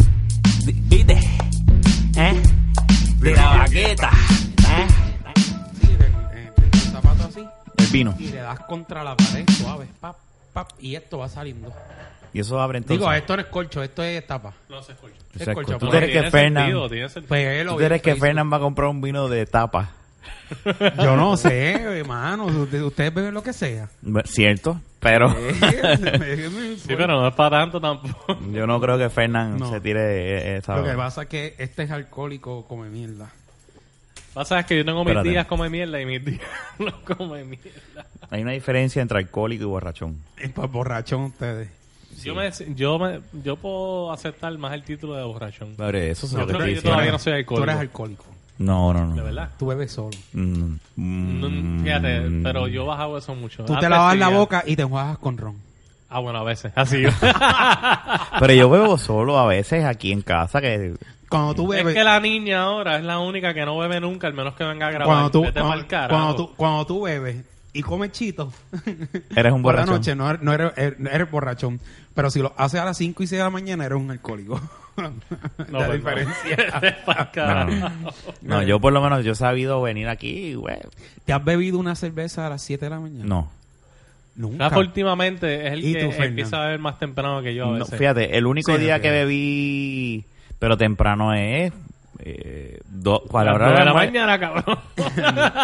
¿Eh? eh, chino. Y le das contra la pared suave, pap, pap, y esto va saliendo. Y eso abre entonces. Digo, esto no es colcho, esto es tapa. No se escucha. O sea, escucha, ¿Tú pero crees que Fernan, Pues, lo ¿tú vi en crees que Facebook. Fernan va a comprar un vino de tapa? Yo no sé, hermano, ustedes, ustedes beben lo que sea. Bueno, Cierto, pero Sí, pero no es para tanto tampoco. yo no creo que Fernan No. se tire eh, esa. Lo que pasa es que este es alcohólico come mierda. Pasa es que yo tengo mis Espérate. días come mierda y mis días no come mierda. Hay una diferencia entre alcohólico y borrachón. Es para borrachón ustedes. Yo, me, yo, me, yo puedo aceptar más el título de borrachón. Madre, eso es Yo lo que creo te que yo dicen. todavía no soy alcohólico. Tú eres alcohólico. No, no, no. De verdad. Tú bebes solo. Mm, No, mm, fíjate, pero yo bajado eso mucho. Tú te Antes lavas la Ah, pues, sí, boca y te enjuagas con ron. Ah, bueno, a veces. Así. Pero yo bebo solo a veces aquí en casa que Cuando tú es bebes... que la niña ahora es la única que no bebe nunca, al menos que venga a grabar. cuando, tú, Vete pa'l cuando, carajo. cuando tú, cuando tú bebes y comes chito... eres un por la borrachón. noche no, er- no eres, er- no eres borrachón. Pero si lo haces a las 5 y 6 de la mañana, eres un alcohólico. No, la pues, no. diferencia. Vete pa'l carajo. No. No, yo por lo menos yo he sabido venir aquí, güey. ¿Te has bebido una cerveza a las 7 de la mañana? No. Nunca. Rafa últimamente es el ¿Y que tú, Fernan? empieza a beber más temprano que yo a No, veces. fíjate, el único Sí, día no, que fíjate. bebí, pero temprano es. Eh, do- a la Las hora nueve de de la almue- mañana, cabrón.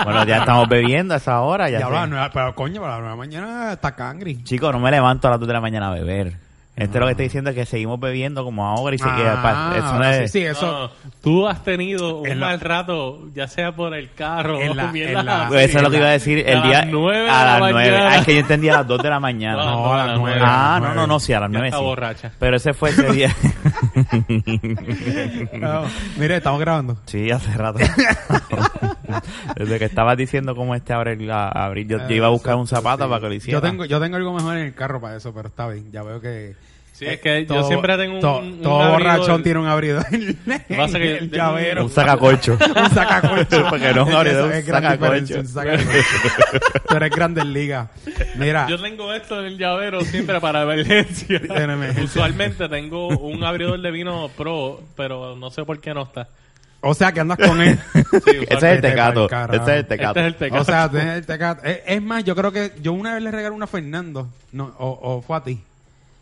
Bueno, ya estamos bebiendo a esa hora. Ya Ya sé. hablaba, no, pero coño, a las 9 de la mañana está cangri. Chico, no me levanto a las 2 de la mañana a beber. Este lo que estoy diciendo es que seguimos bebiendo como ahora y se queda. pa- Eso no ahora es. Ah, sí, sí, eso. No, tú has tenido un En la- mal rato, ya sea por el carro En la- o mierda en la- así. Pues eso es lo que iba a decir el A día. las nueve de a la las nueve. mañana. Ah, es que yo entendía a las 2 de la mañana. No, a las 9. ah, no, no, no, sí, a las Ya 9. está sí. borracha. Pero ese fue ese día. No, mire, estamos grabando. sí, hace rato. Desde que estabas diciendo cómo este abrir la abrir, yo, yo iba a buscar un zapato para que lo hiciera. Yo tengo, yo tengo algo mejor en el carro para eso, pero está bien. Ya veo que. eh, Sí, es que yo siempre tengo un- Todo, un todo abridor. borrachón tiene un abridor. Pasa que yo el tengo llavero. un sacacorcho. Un sacacorcho. Porque no Es que es un eso abridor, es un gran sacacorcho. diferencia, un sacacorcho. Tú eres grandes ligas. Mira, Yo tengo esto en el llavero siempre para emergencia. En emergencia. Usualmente tengo un abridor de vino pro, pero no sé por qué no está. o sea que andas con él. Sí, Ese es el usualmente. Vete tecato. pa'l carajo. Ese es el tecato. Este es el tecato. O sea, tienes el tecato. Es, Eh, es más, yo creo que yo una vez le regalé una a Fernando, no, o, o fue a ti,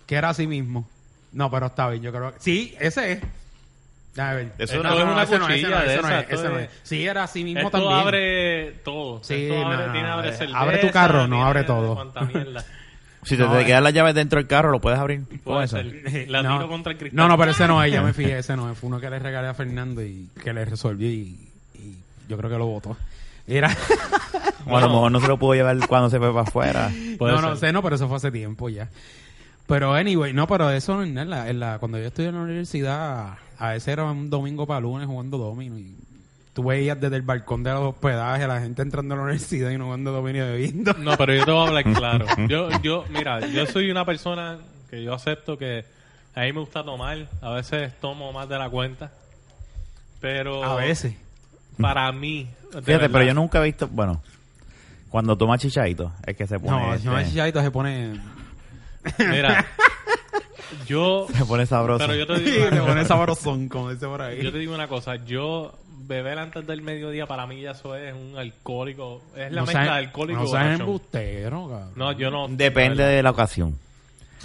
que era así mismo. No, pero está bien, yo creo que... Sí, ese es. Déjame ver. Eso Eh, no no, es no, una ese no es, ese cuchilla no es, de ese no es, esas, ese todo no es. es- Sí, era así mismo Esto también. abre todo. Sí, Esto abre, no, no, tiene abre abre- cerveza, abre tu carro, no, tiene abre todo. cuanta mierda. Si te, te quedan las llaves dentro del carro, lo puedes abrir. Puede Con eso. ser. La no. tiro contra el cristal. No, no, pero ese no es, ya me fijé, ese no es. Fue uno que le regalé a Fernando y que le resolví y, y yo creo que lo votó. Era... O a lo mejor no se lo pudo llevar cuando se fue para afuera. Puede no, no ser. sé, no, pero eso fue hace tiempo ya. Pero, anyway, no, pero eso no es nada. En la- en la- cuando yo estudié en la universidad, a veces era un domingo para lunes jugando domino. Y tú veías desde el balcón de los hospedajes a la gente entrando a la universidad y no jugando domino y bebiendo. No, pero yo te voy a hablar claro. Yo, yo, mira, yo soy una persona que yo acepto que a mí me gusta tomar. A veces tomo más de la cuenta. Pero A veces. para mí... de Fíjate, verdad, pero yo nunca he visto. Bueno, cuando toma chichaito, es que se pone. No, este, no, ese chayito se pone... Mira, yo... se pone sabroso. Pero yo te digo, se pone sabrosón, como dice por ahí. yo te digo una cosa. Yo beber antes del mediodía para mí ya eso es un alcohólico. Es la no mezcla seas- de alcohólico No y seas borrachón. embustero, cabrón. No, yo no. Depende de la ocasión.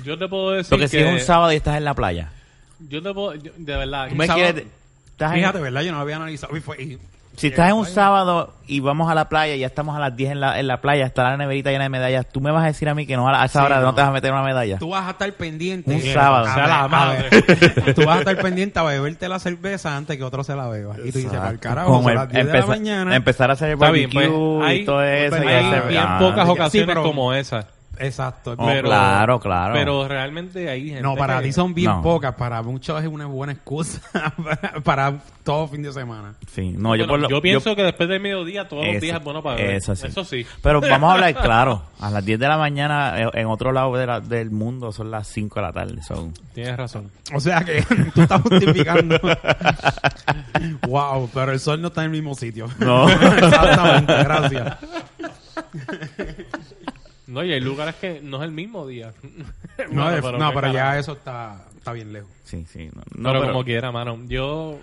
Yo te puedo decir Porque que... si es un sábado y estás en la playa. Yo te puedo... yo- de verdad. Tú me sábado- quieres. estás en- Fíjate, ¿verdad? Yo no lo había analizado. Y fue- y- Eh, si estás en un sábado y vamos a la playa y ya estamos a las 10 en la, en la playa, está la neverita llena de medallas, tú me vas a decir a mí que no a, a esa Sí, hora no. no. te vas a meter una medalla. Tú vas a estar pendiente. Un sábado. A Sea ver, la a madre. ver. Tú vas a estar pendiente a beberte la cerveza antes que otro se la beba. Y tú dices, Exacto. al carajo, Como son el- las 10 de la empezar- mañana. Empezar a hacer el Está bien, barbecue pues, y hay- todo eso. y Hay hacer- bien ah, pocas sí, ocasiones pero- como esa. Exacto. Oh, Pero- claro, claro. Pero realmente hay gente no, para que- ti son bien No. pocas. Para muchos es una buena excusa para, para todo fin de semana. sí, no, Bueno, yo, por lo- yo yo- pienso que después del mediodía todos los Eso- días es bueno para beber. Eso sí. Eso sí. Pero vamos a hablar claro. A las 10 de la mañana eh, en otro lado de la- del mundo son las 5 de la tarde. Son. Tienes razón. O sea que tú estás justificando. wow, pero el sol no está en el mismo sitio. No. Exactamente, gracias. No, y hay lugares que no es el mismo día. No, Bueno, es- no, qué pero ya carajo. eso está, está bien lejos. Sí, sí. No, no, Pero, pero- como quiera, mano. Yo...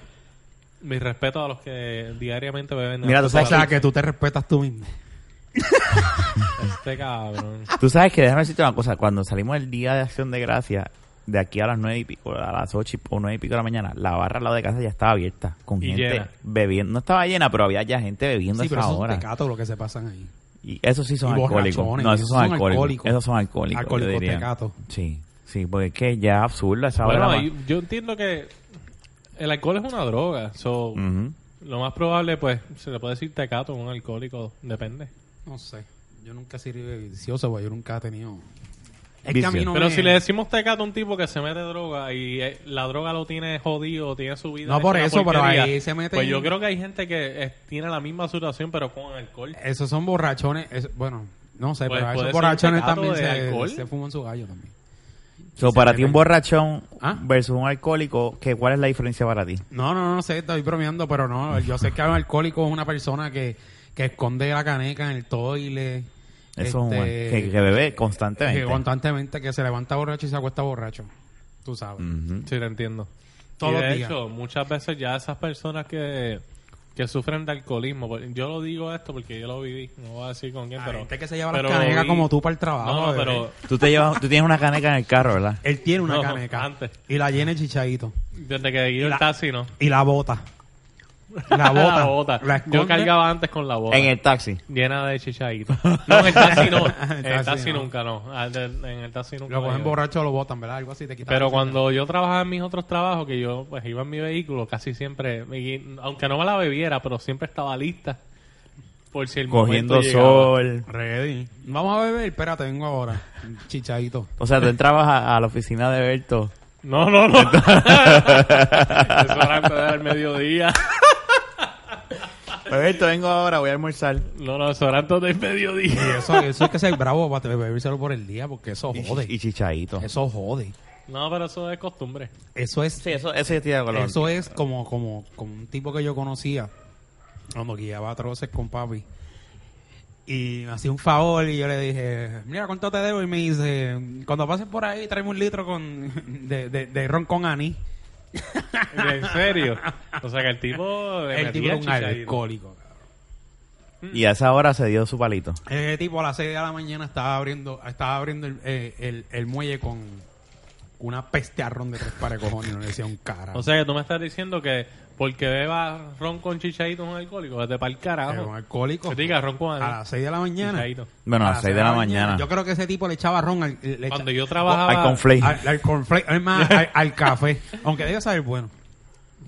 Mi respeto a los que diariamente beben. Mira, tú O sabes sea que tú te respetas tú mismo. Este cabrón. Tú sabes que déjame decirte una cosa. Cuando salimos el día de Acción de Gracia, de aquí a las nueve y pico, a las ocho y- o nueve y pico de la mañana, la barra al lado de casa ya estaba abierta. Con Y gente llena. bebiendo. No estaba llena, pero había ya gente bebiendo Sí, a pero esa esos hora. tecatos lo que se pasan ahí. Y esos sí son Y alcohólicos. borrachones. No, esos son, alcohólicos. Esos son alcohólicos. yo Alcohólicos diría. tecatos. Sí, sí, porque es que ya es absurdo esa hora. Bueno, la ma- y- yo, entiendo que el alcohol es una droga. So, Ujú. Lo más probable, pues, se le puede decir tecato a un alcohólico. Depende. No sé. Yo nunca he sido vicioso, güey. Yo nunca he tenido. Es Vicio. Pero me- si le decimos tecato a un tipo que se mete droga y eh, la droga lo tiene jodido, tiene su vida. No, hecha por una eso, pero porquería, ahí se meten- Pues yo creo que hay gente que eh, tiene la misma situación, pero con alcohol. Esos son borrachones. es- bueno, no sé, Pues, pero puede esos ser borrachones pecado también de alcohol. se, se fuman su gallo también. So, se para me ti un ve. borrachón Ah. versus un alcohólico, que, ¿cuál es la diferencia para ti? No, no, no sé, estoy bromeando, pero no. Yo sé que un alcohólico es una persona que, que esconde la caneca en el toile. Eso es un- este, que, que bebe que constantemente. constantemente que se levanta borracho y se acuesta borracho. Tú sabes. Ujú. Sí, te entiendo. Todos y los de días. hecho, muchas veces ya esas personas que, que sufren de alcoholismo, por- yo lo digo esto porque yo lo viví, no voy a decir con quién, La pero... gente que se lleva las pero canecas vi- como tú para el trabajo, No, no, bebé. pero Tú, te llevas, tú tienes una caneca en el carro, ¿verdad? Él tiene una No, caneca antes. y la llena de chichadito desde que guió La- el taxi, ¿no? y la bota. La bota. la bota. La esconde. yo cargaba antes con la bota. En el taxi. Llena de chichadito. No, en el taxi no. El En el taxi taxi no. nunca, no. Ah, de- En el taxi nunca. Lo la cogen llevé. borracho, lo botan, ¿verdad? Algo así te quitan. Pero cuando yo trabajaba en mis otros trabajos, que yo pues iba en mi vehículo casi siempre, y- aunque no me la bebiera, pero siempre estaba lista. Por si el Cogiendo momento llegaba. sol. Ready. Vamos a beber, espérate, vengo ahora. Chichadito. O sea, tú entrabas a, a la oficina de Berto. No, no, no. Eso era antes del mediodía. Pues, Berto, vengo ahora, voy a almorzar. No, no, eso era antes del Y mediodía. eso, eso es que ser bravo para te- bebérselo por el día, porque eso Y, jode. y chichadito. Eso jode. No, pero eso es costumbre. Eso es, Sí, eso, eso yo estoy de acuerdo. eso es como, como, como un tipo que yo conocía cuando guiaba troces con papi. Y me hacía un favor y yo le dije, mira, ¿cuánto te debo? Y me dice, cuando pases por ahí, tráeme un litro con, de, de, de ron con anís. En serio. O sea que el tipo. le El metía tipo era un chichadito. alcohólico. cabrón. Y a esa hora se dio su palito. Ese tipo a las 6 de la mañana estaba abriendo, estaba abriendo el, eh, el- el muelle con una peste a ron de tres pares de cojones. No le decía un cara. O sea que tú me estás diciendo que porque beba ron con chichadito es un alcohólico. Vete para el era un carajo. alcohólico. Que diga ron con a anís. las 6 de la mañana. Chichadito. Bueno, a las las 6 seis de la mañana. Yo creo que ese tipo le echaba ron al, le- le Cuando echa- yo trabajaba. Al conflay. al, al cornflake, es más, al, al café. Aunque debe saber bueno.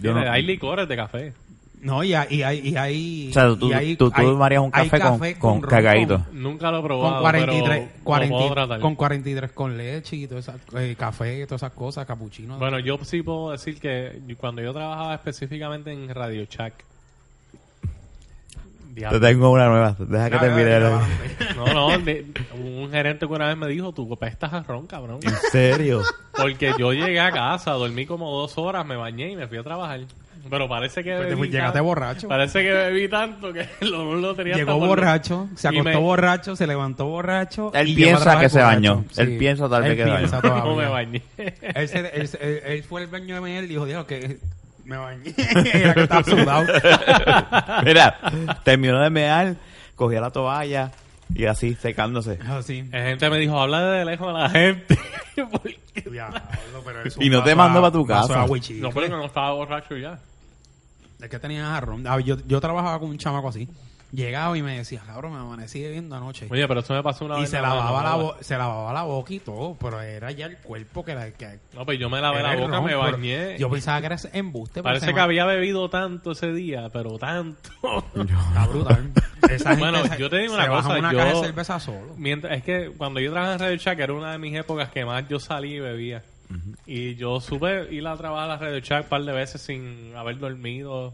Yo no- Hay licores de café. No, y hay. Y hay, y hay O sea, tú, y hay- tú, tú hay- tomarías un hay café, con, con, ron, cacaíto. Nunca lo he Con, probado. con pero 43, lo puedo 40 tratar. con 43 con leche y todo esa, eh, café, todas esas cosas, capuchino. Bueno, yo sí puedo decir que cuando yo trabajaba específicamente en Radio Shack. Te Diablo. tengo una nueva. Deja que Ah, te mire. ah, la- ah, ah. No, no, de- un gerente que una vez me dijo, tú pestas a ron, cabrón. ¿En serio? Porque yo llegué a casa, dormí como dos horas, me bañé y me fui a trabajar. Pero parece que Pues te bebí fui- llegaste tan- borracho. Parece que bebí tanto que lo, lo tenía hasta Llegó por- borracho, se Y acostó me- borracho, se levantó borracho. Él y piensa llegó a trabajar que se borracho. bañó. Él piensa tal vez Él que se bañó. piensa No todavía. me bañé. él, se- él se- él- él fue al baño de Miguel y dijo, Dios, que me bañé. Era que estaba sudado. Mira, terminó de mear, cogía la toalla y así secándose. Así. La gente me dijo, habla de lejos a la gente. Porque- Diablo, pero eso Y no pasa- te mandó pa' tu pasa casa. agua y chicle. no, pero que no estaba borracho ya. Es que tenía jarrón. Ah, Yo, yo trabajaba con un chamaco así. Llegaba y me decía, cabrón, me amanecí bebiendo anoche. Oye, pero eso me pasó una y vez. se nada más, lavaba, no, la no, bo- se lavaba la boca y todo, pero era ya el cuerpo que la que No, pues yo me lavé era la el boca, ron, me pero bañé. Yo pensaba que era embuste. pero se Parece que me- había bebido tanto ese día, pero tanto. Está brutal. Esa gente Bueno, se- yo te digo una se baja cosa, una yo- caja de cerveza solo. Mientras, es que cuando yo trabajaba en Radio Shack era una de mis épocas que más yo salí y bebía. Y yo supe ir a trabajar a la Radio Shack un par de veces sin haber dormido.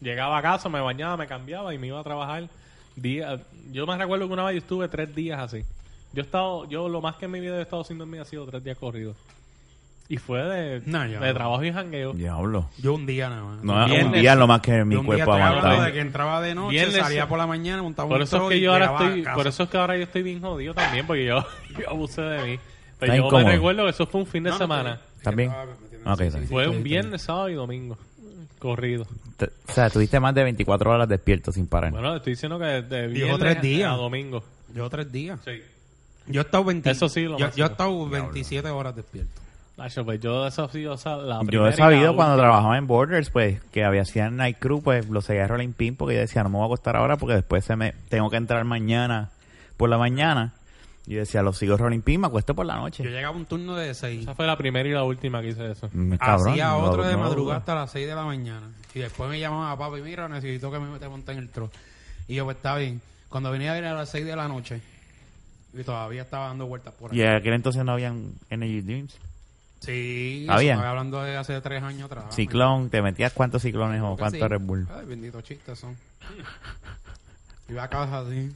Llegaba a casa, me bañaba, me cambiaba y me iba a trabajar. Día, yo me recuerdo que una vez yo estuve tres días así. Yo he estado, yo lo más que en mi vida he estado sin dormir ha sido tres días corridos. Y fue de, No, yo de no. trabajo y jangueo. Diablo. Yo un día nada más. No, un Viernes. día lo más que Yo mi un cuerpo día estoy hablando aguantaba. de que entraba de noche, Viernes. salía por la mañana, montaba Por un eso es show que y yo ahora llegaba a estoy, casa. por eso es que ahora yo estoy bien jodido también, porque yo, yo abusé de mí. Pero Está yo incómodo. me recuerdo que eso fue un fin de No, no, semana. pero- ¿También? Sí, estaba metiendo- Ok, sí, sí, está bien. sí, Fue estoy- un estoy- viernes, sábado y domingo. corrido. Te- o sea, tuviste más de 24 horas despierto sin parar. Bueno, estoy diciendo que de Dijo viernes tres días. a domingo. Yo tres días. Sí. Yo he estado 20 Eso sí, yo, lo yo máximo. he estado 27 horas despierto. Nacho, pues yo eso sí, yo sa- la yo primera he y la sabido cuando última. trabajaba en Borders, pues, que había sido Night Crew, pues, lo seguía Rolling Pin porque yo decía, no me voy a acostar ahora porque después se me tengo que entrar mañana por la mañana. Y yo decía, lo sigo Rolling Pin, me acuesto por la noche. Yo llegaba a un turno de 6. Esa fue la primera y la última que hice eso. Mm, cabrón, Hacía no- otro de no- madrugada hasta las 6 de la mañana. Y después me llamaba papi, mira, necesito que me te monte en el tro. Y yo, pues está bien. Cuando venía a ver a las 6 de la noche, y todavía estaba dando vueltas por ahí. Y en aquel entonces no habían Energy Dreams. Sí, Ah, eso bien. estaba hablando de hace 3 años atrás. Ciclón, te metías cuántos ciclones o Ah, Creo que cuántos sí. Red Bull. Ay, benditos chistes son. Iba a casa así.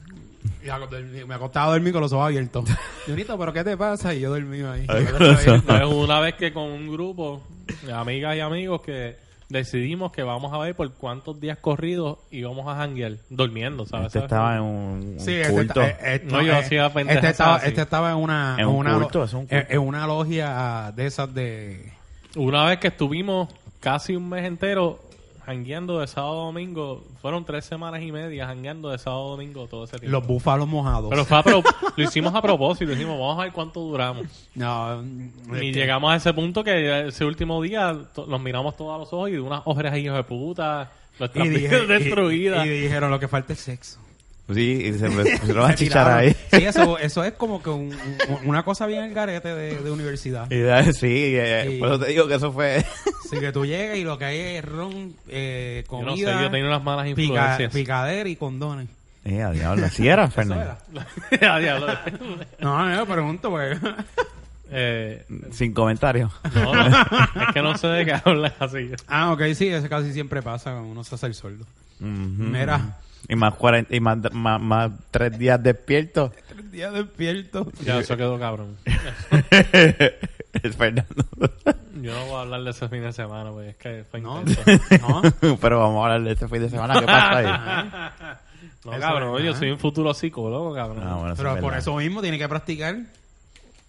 Y a- me acostaba a dormir con los ojos abiertos. Junito, ¿pero qué te pasa? Y yo dormí ahí. Ay, Con los ojos abiertos. Es una vez que con un grupo de amigas y amigos que decidimos que vamos a ver por cuántos días corridos íbamos a janguear durmiendo, ¿sabes? Este ¿Sabes? estaba en un, un Ah, Sí, este, culto. está- eh, esto No, yo es- hacía pendejadas este estaba, así. este estaba en una, En un una culto, es un culto. en- en una logia ah, de esas de... Una vez que estuvimos casi un mes entero jangueando de sábado a domingo, fueron tres semanas y media jangueando de sábado a domingo todo ese tiempo. Los búfalos mojados. Pero fue a pro- lo hicimos a propósito, dijimos, vamos a ver cuánto duramos. no, Y este, llegamos a ese punto que ese último día to- nos miramos todos a los ojos y de unas ojeras hijos de puta, nuestras y dije- vidas y- destruidas. Y, dijeron, lo que falta es sexo. Sí, y se me pusieron a Se chichar tiraron. ahí. Sí, eso, eso es como que un- un- una cosa bien el garete de, de universidad. Y da- sí, eh, Sí. por eso te digo que eso fue... Así que tú llegas y lo que hay es ron, eh, Yo no comida, sé, yo tenía unas malas pica- influencias. picadera y condones. Eh, a diablo, así era, ¿Eso Fernando. era? Ya, diablo. No, no, pregunto, pues. Eh, Sin comentarios. no, no, es que no sé de qué hablas así. ah, ok, sí, eso casi siempre pasa cuando uno se hace el sueldo. Ujú. Mira, Y más, 40, y más, más, más tres días despierto. tres días despierto. Ya, eso quedó cabrón. Es Fernando. Yo no voy a hablar de ese fin de semana, güey. Es que fue No, intenso. no. Pero vamos a hablar de este fin de semana. ¿Qué pasa ahí? No, Eso cabrón, es, yo ajá. soy un futuro psicólogo, cabrón. Ah, bueno, Pero es por verdad. eso mismo tienes que practicar.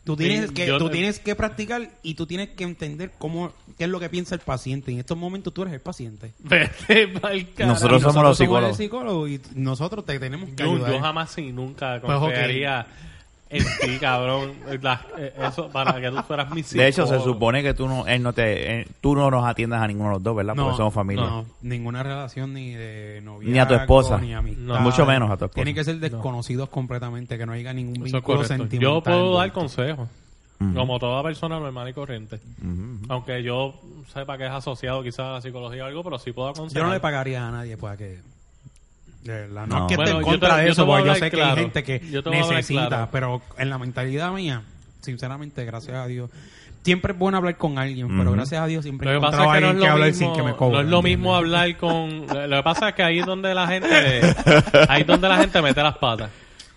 Tú tienes Sí, que, yo tú te- tienes que practicar y tú tienes que entender cómo, qué es lo que piensa el paciente. En estos momentos tú eres el paciente. Vete pa'l carajo. Nosotros somos los el psicólogos. psicólogo y nosotros te tenemos que Yo, ayudar. yo jamás y nunca Pues, ok. confiaría en ti, cabrón. Las- eh, eso para que tú fueras mi psicólogo. De hecho, se supone que tú no, él no te, él- tú no nos atiendas a ninguno de los dos, ¿verdad? Porque somos familia. no, ninguna relación ni de novia. Ni a tu esposa. Ni amistad. No, mucho menos a tu esposa. Tienen que ser desconocidos completamente, que no haya ningún Eso es vínculo correcto. sentimental. Yo puedo dar envuelto. consejos. Como toda persona normal y corriente. Aunque yo sepa que es asociado quizás a la psicología o algo, pero sí puedo aconsejar. Yo no le pagaría a nadie para que... De verdad, no, No. es que esté Bueno, en yo contra te- de yo te eso, voy a porque yo hablar sé que claro. hay gente que Yo te voy a hablar necesita, claro. pero en la mentalidad mía, sinceramente, gracias a Dios, siempre es bueno hablar con alguien, pero Ujú. gracias a Dios siempre Lo he que encontrado pasa a es que no alguien es que lo hablar mismo, sin que me cobre. no es lo mismo hablar con... Lo que pasa es que ahí es donde la gente... Ahí es donde la gente mete las patas.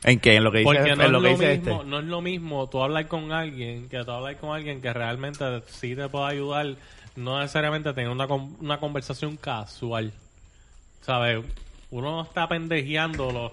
¿En qué? En lo que dice, Porque no es, en lo lo que dice mismo, este. no es lo mismo tú hablar con alguien que tú hablar con alguien que realmente sí te pueda ayudar, no necesariamente tener una, con- una conversación casual. ¿Sabes? Uno no está pendejeando los,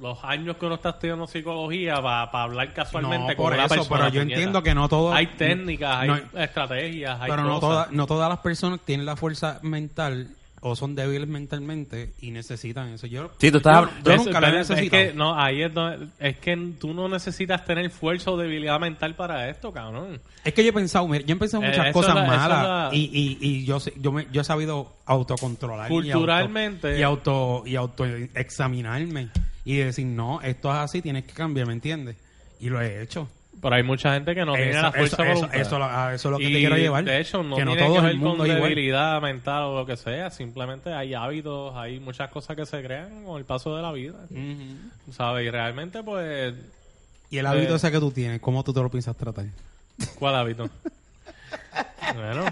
los años que uno está estudiando psicología para hablar casualmente No, con por la eso, persona. pero yo puñeta. entiendo que no todo- Hay técnicas, hay no- estrategias, hay Pero no, cosas. toda- no todas las personas tienen la fuerza mental o son débiles mentalmente y necesitan eso. Yo, Sí, tú estás yo- hab- yo es- nunca lo he pero es necesitado. que, no, ahí es donde- es que tú no necesitas tener fuerza o debilidad mental para esto, cabrón. Es que yo he pensado, mira, yo he pensado Eh, muchas eso cosas es la- eso es malas la- y, y, y yo, sé- yo, me- yo he sabido autocontrolar. Culturalmente- Y auto y auto, y autoexaminarme y decir, no, esto es así, tienes que cambiar, ¿me entiendes? Y lo he hecho. Pero hay mucha gente que no tiene eso, la fuerza eso, eso, voluntad. eso lo- a eso es lo que Y, te quiero llevar. De hecho, no que no tiene todo que el ver mundo con es igual. debilidad mental o lo que sea. Simplemente hay hábitos, hay muchas cosas que se crean con el paso de la vida. Ujú. ¿Sabes? Y realmente, pues, Y el hábito Eh. ese que tú tienes, ¿cómo tú te lo piensas tratar? ¿cuál hábito? bueno,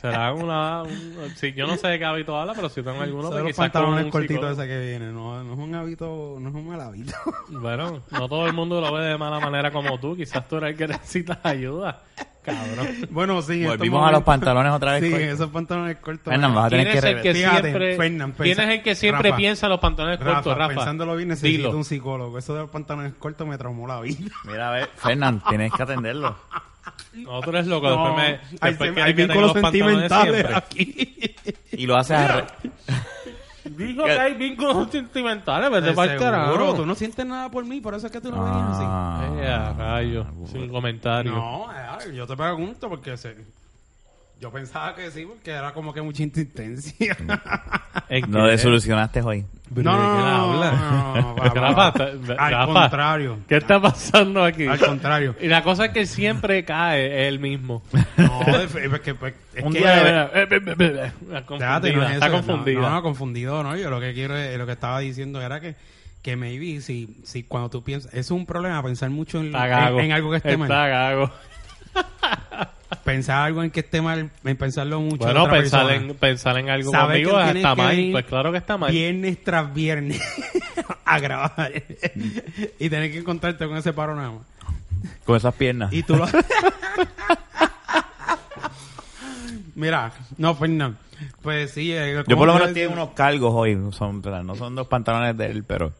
será una... un- si yo no sé de qué hábito habla, pero si tengo alguno, Son pues los quizás con pantalones un cortitos psicólogo. ese que viene, no, no es un hábito, no es un mal hábito. Bueno, no todo el mundo lo ve de mala manera como tú. Quizás tú eres el que necesitas ayuda. Cabrón. bueno, sí. en estos Volvimos a los momentos- pantalones otra vez. Sí, coño. esos pantalones cortos. Fernan, vas a ¿Quién tener que es el rever- que Fíjate, siempre, Fernan, ¿quién pensa- es el que siempre Rafa. piensa los pantalones Rafa, cortos, Rafa? pensándolo bien, necesito Dilo. un psicólogo. Eso de los pantalones cortos me traumó la vida. Mira, a ver, Fernán, tienes que atenderlo. No, tú eres loco. No, después me, hay después tem- quieres hay que tenga vínculos los pantalones sentimentales siempre. aquí. Y, y lo haces a... Dijo que hay vínculos sentimentales, pero te De parte seguro, tú carajo. no sientes nada por mí, por eso es que tú no venías así. Ah. Ay, a rayo, sin comentario. No, eh, yo te pregunto porque se- yo pensaba que sí, porque era como que mucha insistencia. ¿En No qué? desolucionaste hoy. No, no, no, habla? no, no, va, ¿De qué va, habla? va. ¿De- de- Al Rafa? contrario. ¿Qué está pasando aquí? Al contrario. Y la cosa es que siempre cae el mismo. eh, No, es, es que, pues, es Un que- día de- Está Espérate, no confundida. es Está eso, confundida. No, no, confundido, ¿no? Yo lo que quiero, es- lo que estaba diciendo era que, que maybe, si, si cuando tú piensas, es un problema pensar mucho en, Está gago. en- en algo que esté Está mal. gago. Pensar algo en que esté mal, en pensarlo mucho. en Bueno, otra pensar persona. en, pensar en algo Saber que conmigo es- tienes está que mal. ir Pues claro que está mal. Viernes tras viernes a grabar y tener que encontrarte con ese panorama. Con esas piernas. Y tú lo. Mira, no, Fernando. Pues sí. eh, Yo ¿cómo por lo te menos decía? tengo unos cargos hoy. Son, no son dos pantalones de él, pero...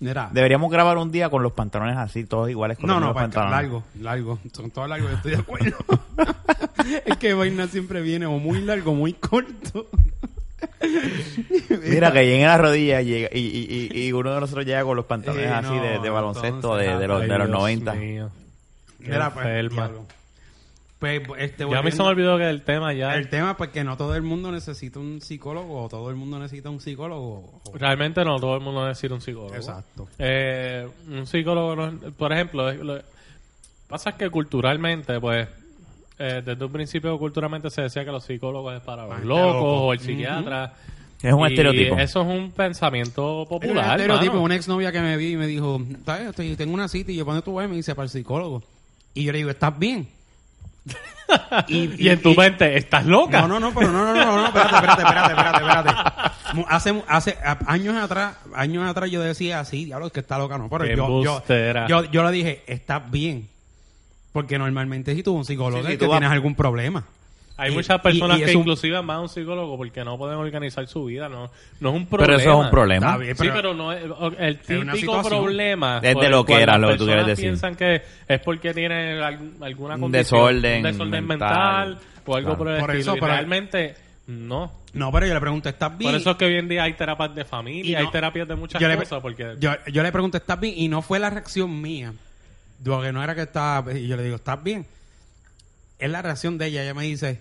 Mira. Deberíamos grabar un día con los pantalones así, todos iguales. Con No, los no, mismos para pantalones. largo, largo. Son todos largos, yo estoy de acuerdo. es que vaina siempre viene o muy largo, muy corto. Mira, que lleguen las rodillas y, llega- y, y- y- y uno de nosotros llega con los pantalones Sí, así Eh, no, de, de baloncesto entonces, de, de los, Ay, de los Dios 90. mío. Mira, pues, enferma. diablo. Pues, este, Ya a mí se me volviendo- olvidó que el tema ya. El tema pues que no todo el mundo necesita un psicólogo o todo el mundo necesita un psicólogo. o- Realmente no todo el mundo necesita un psicólogo. Exacto. Eh, un psicólogo, no- por ejemplo, es- lo- pasa que culturalmente, pues, eh, desde un principio culturalmente se decía que los psicólogos es para los gente locos Ah, loco. o el psiquiatra. Es un Y estereotipo. Eso es un pensamiento popular. Era estereotipo. mano. Una exnovia que me vi y me dijo, "Sabes, estoy- tengo una cita y yo, ¿para dónde tú vas? Y Me dice, para el psicólogo. Y yo le digo, ¿estás bien? Y en tu mente, ¿estás loca? No, no, no, pero no, no, no, no, espérate, espérate, espérate, espérate, espérate. Mu- Hace, mu- hace a- años atrás, años atrás yo decía así, diablo, es que está loca, no, pero Qué yo, yo, embustera. yo, yo le dije, estás bien. Porque normalmente si tú vas a un psicólogo Sí, sí, es tú que vas- tienes algún problema. Hay Y- muchas personas y- y que es un- inclusive van a un psicólogo porque no pueden organizar su vida. No, no es un Pero problema. eso es un Está problema. bien, sí, pero no es el una típico situación. problema. Es por de el lo que cual era, las lo que tú quieres personas decir. piensan que es porque tienen al- alguna Un condición, desorden un desorden mental. mental, o algo Claro. por el Por estilo. eso, Y pero- realmente no. No, pero yo le pregunto, ¿estás bien? Por eso es que hoy en día hay terapias de Y familia, no- hay terapias de muchas yo le, cosas, porque yo, yo le pregunto, ¿estás bien? Y no fue la reacción mía. Porque no era que estaba... Y yo le digo, ¿estás bien? Es la reacción de ella. Ella me dice,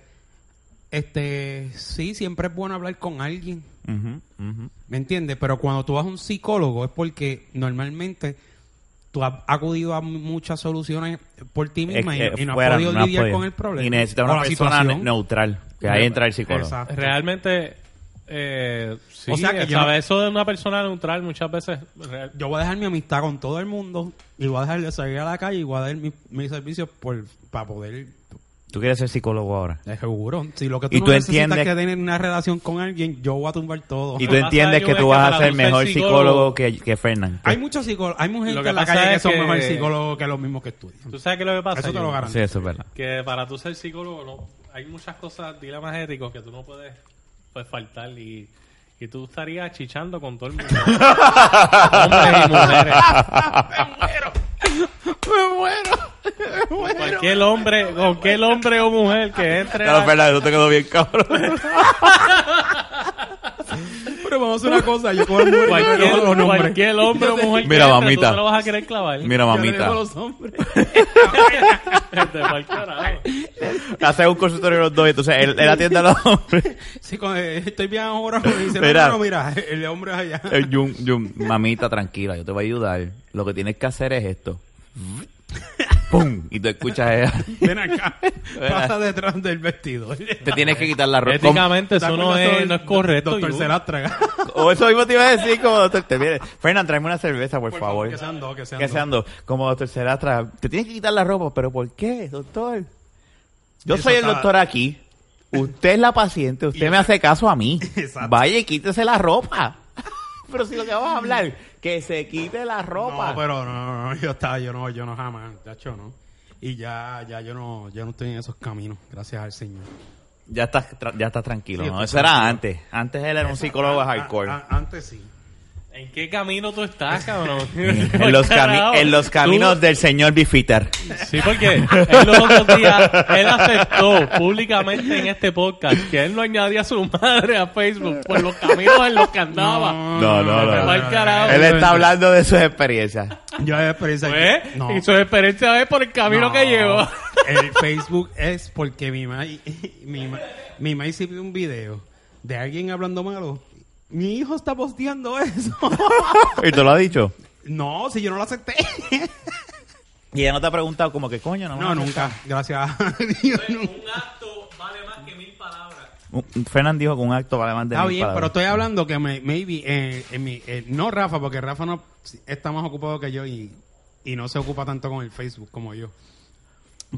este, sí, siempre es bueno hablar con alguien. Ujú, ujú. ¿Me entiendes? Pero cuando tú vas a un psicólogo es porque normalmente tú has acudido a muchas soluciones por ti misma y- Es que y, no fuera, has podido no has lidiar podido. con el problema. Y necesitas o una la persona situación. neutral. Que ahí entra el psicólogo. Exacto. realmente... eh, sí, Ah, O sea que yo- ¿sabes? eso de una persona neutral muchas veces real- Yo voy a dejar mi amistad con todo el mundo y voy a dejar de salir a la calle y voy a dar mi- mis servicios por, para poder... Tú quieres ser psicólogo ahora. Es seguro. Si lo que tú Y no tú necesitas entiendes- que tener una relación con alguien, yo voy a tumbar todo. Y Lo tú que pasa, entiendes yo que es tú que vas a para ser tú ser mejor psicólogo psicólogo- que, que Fernan. Hay muchos psicólogos, hay mucha Lo gente que en la pasa calle que es son que- mejor psicólogos que los mismos que estudian. ¿Tú sabes qué es lo que pasa? Eso te Yo- lo garantizo. Sí, eso es verdad. que para tú ser psicólogo no, hay muchas cosas, dilemas éticos que tú no puedes pues, faltar y, y tú estarías chichando con todo el mundo. Hombres y mujeres. ¡Me muero! Cualquier hombre, cualquier hombre o mujer que entre Claro, a, Fernan, eso te quedó bien cabrón. Pero vamos a hacer una cosa, yo cojo el número y le cualquier, digo los nombres. cualquier hombre o mujer Mira, que entre, mamita. tú te lo vas a querer clavar. Mira, Yo le mamita. digo los nombres. Te va al carajo. Haces un consultorio los dos, entonces él, él atiende a los hombres. Sí, cuando, eh, estoy bien ahora me dice, Mira. mira. no, mira, el hombre es allá. Eh, Jun, Jun, mamita, tranquila, yo te voy a ayudar. Lo que tienes que hacer es esto. ¡Pum! Y tú escuchas ella. Ven acá, pasa detrás del vestido. Te tienes que quitar la ropa. Éticamente eso no es, no es correcto. Doctor Yu. Celástraga. O eso mismo te iba a decir como doctor. Te viene. Fernan, tráeme una cerveza, por, Por favor. favor, que sean dos, que sean Que dos. sean dos. Como doctor Serastra. Te tienes que quitar la ropa, pero ¿por qué, doctor? Yo Eso soy el está- doctor aquí. Usted es la paciente, usted me hace caso a mí. Exacto. Vaya y quítese la ropa. Pero si lo que vamos a hablar, que se quite la ropa. No, pues pero no, no, no, yo estaba, yo no, yo no jamás, ya hecho, no. Y ya, ya yo no, yo no estoy en esos caminos, gracias al Señor. Ya estás, tra- ya estás tranquilo, ah, Sí, ¿no? estoy Eso era antes. Antes él era un psicólogo hardcore. A- a- antes sí. ¿En qué camino tú estás, cabrón? En los, cami- Carajo. en los caminos del señor Bifitter. Sí, porque él los otros días, él aceptó públicamente en este podcast que él no añadía a su madre a Facebook por los caminos en los que andaba. No, no. no, no. Al carajo. Él está hablando de sus experiencias. Yo he experiencia. Pues, Y su experiencia es por el camino que llevó. El Facebook es porque mi mai, mi ma- mi mai se vio un video de alguien hablando malo. Mi hijo está posteando eso. ¿Y te lo ha dicho? No, si yo no lo acepté. Y ella no te ha preguntado como que coño, no. No, nunca. Gracias. a Dios, nunca. acto vale más que mil palabras. Un- Fernan dijo que un acto vale más de Está mil bien, pero palabras. estoy hablando que me- maybe eh, en mi- eh, no Rafa, porque Rafa no está más ocupado que yo y, y no se ocupa tanto con el Facebook como yo.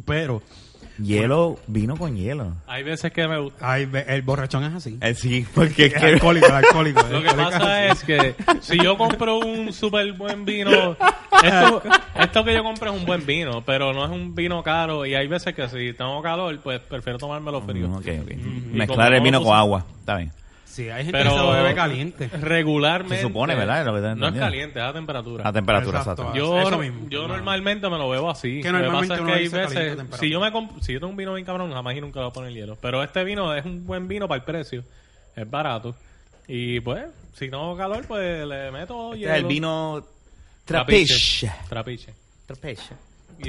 Pero Hielo vino con hielo. Hay veces que me gusta. ay, ve- el borrachón es así. Eh, sí, porque es El que... alcohólico, el alcohólico. el Lo que alcohólico pasa así. es que si yo compro un súper buen vino, esto, esto que yo compro es un buen vino, pero no es un vino caro. Y hay veces que si tengo calor, pues prefiero tomármelo frío. Mm, ok, ok. Y Mezclar como el vino no, con pues, agua. Está bien. Sí, hay gente Pero que se lo bebe caliente. Regularmente. Se supone, ¿verdad? Es lo que te no es entendí. caliente, es a temperatura. A temperatura, Exacto. exacto. Yo, Eso mismo. yo No. normalmente me lo bebo así. Que Lo normalmente pasa es uno que hay dice caliente o veces, temprano. si yo me comp- si yo tengo un vino bien cabrón, jamás y nunca lo voy a poner hielo. Pero este vino es un buen vino para el precio. Es barato. Y pues, si no hago calor, pues le meto Este hielo. es el vino Trapiche. trapiche. Trapiche. Trapiche.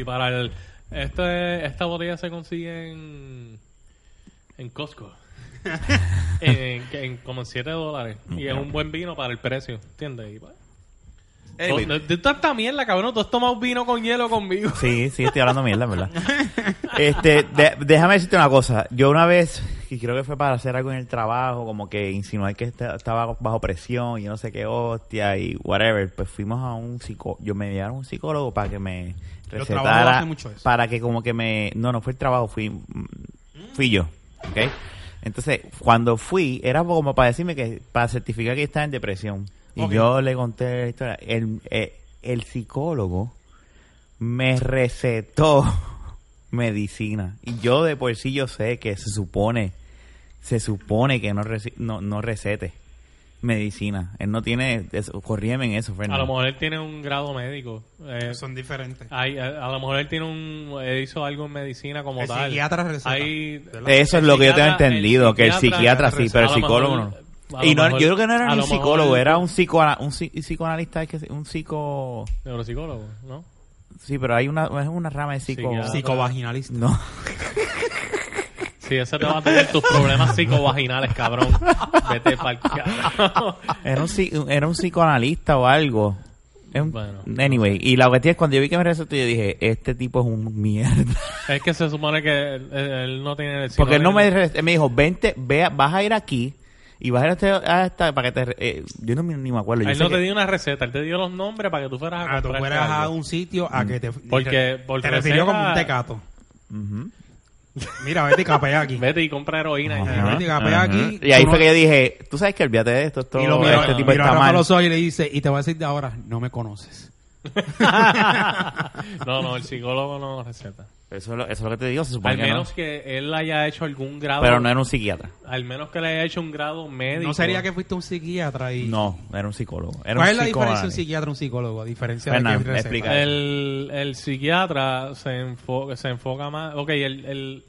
Y para el este esta botella se consigue en en Costco. en, en como en 7 dólares. Y es un buen vino para el precio, ¿entiendes? Y pues, Anyway. no- de tanta mierda, cabrón. Tú has tomado vino con hielo conmigo. Sí, sí, estoy hablando mierda, en ¿verdad? Este, de- déjame decirte una cosa. Yo una vez, y creo que fue para hacer algo en el trabajo, como que insinuar que esta- estaba bajo presión y yo no sé qué hostia y whatever, pues fuimos a un psicólogo. Yo me llevaron a un psicólogo para que me Los trabajos recetara. hacen mucho eso. Para que como que me... No, no fue el trabajo, fui, fui yo. ¿Ok? Entonces, cuando fui, era como para decirme que, para certificar que estaba en depresión. Y Ok. yo le conté la historia. El, eh, el psicólogo me recetó medicina. Y yo de por sí yo sé que se supone, se supone que no, reci- no, no recete medicina. Él no tiene, eso, corrígeme en eso, A Fernando. lo mejor él tiene un grado médico. Eh, Son diferentes. hay- eh, a, a lo mejor él tiene un él hizo algo en medicina como El tal. psiquiatra receta. Hay- ¿Verdad? Eso es lo que yo tengo psiquiatra- el entendido, que el psiquiatra psiquiatra sí, receta. pero A el lo mejor- psicólogo a no. lo Y no, yo mejor- creo que no era a ni lo un mejor- psicólogo, era un, psicoana- un, psi- psicoanalista, es que sí, un psico... neuropsicólogo, ¿no? Sí, pero hay una, es una rama de psico... Psiquiatra. Ah, Psicovaginalista. No. Sí, ese te va a tener tus problemas psicovaginales, cabrón. Vete pa'l carajo. Era un, psi- era un psicoanalista o algo. Es un- Bueno. anyway, y la cuestión es cuando yo vi que me recetó, yo dije, este tipo es un mierda. Es que se supone que él, él no tiene... si Porque él no me, tiene- re- me dijo, vente, ve, a- vas a ir aquí y vas a ir a este- a esta para que te... re- eh, yo no, me- ni me acuerdo. Yo Él sé no te que- dio una receta, él te dio los nombres para que tú fueras a Ah, comprar. tú fueras a un sitio a que te... Mm. Porque- porque te refirió receta- como un tecato. Ujú. Mira, vete y capea aquí. Vete y compra heroína. Ajá. y- Vete y capea Ujú. aquí. Y ahí Tú fue no- que yo dije, tú sabes que olvídate de esto, esto Y lo miró, este tipo miró a está Rafa mal. los ojos y le dice, y te voy a decir de ahora, no me conoces. No, no, el psicólogo no receta. Eso, es lo- eso es lo que te digo, se supone Al que no. menos que él haya hecho algún grado... Pero no era un psiquiatra. Al menos que le haya hecho un grado médico. No sería que fuiste un psiquiatra y... No, era un psicólogo. Era ¿Cuál un es la diferencia de un psicoanalista. psiquiatra y un psicólogo? A diferencia Fernan, de que receta. explica. El, el psiquiatra se, enfo- se enfoca más. Ok, el. el-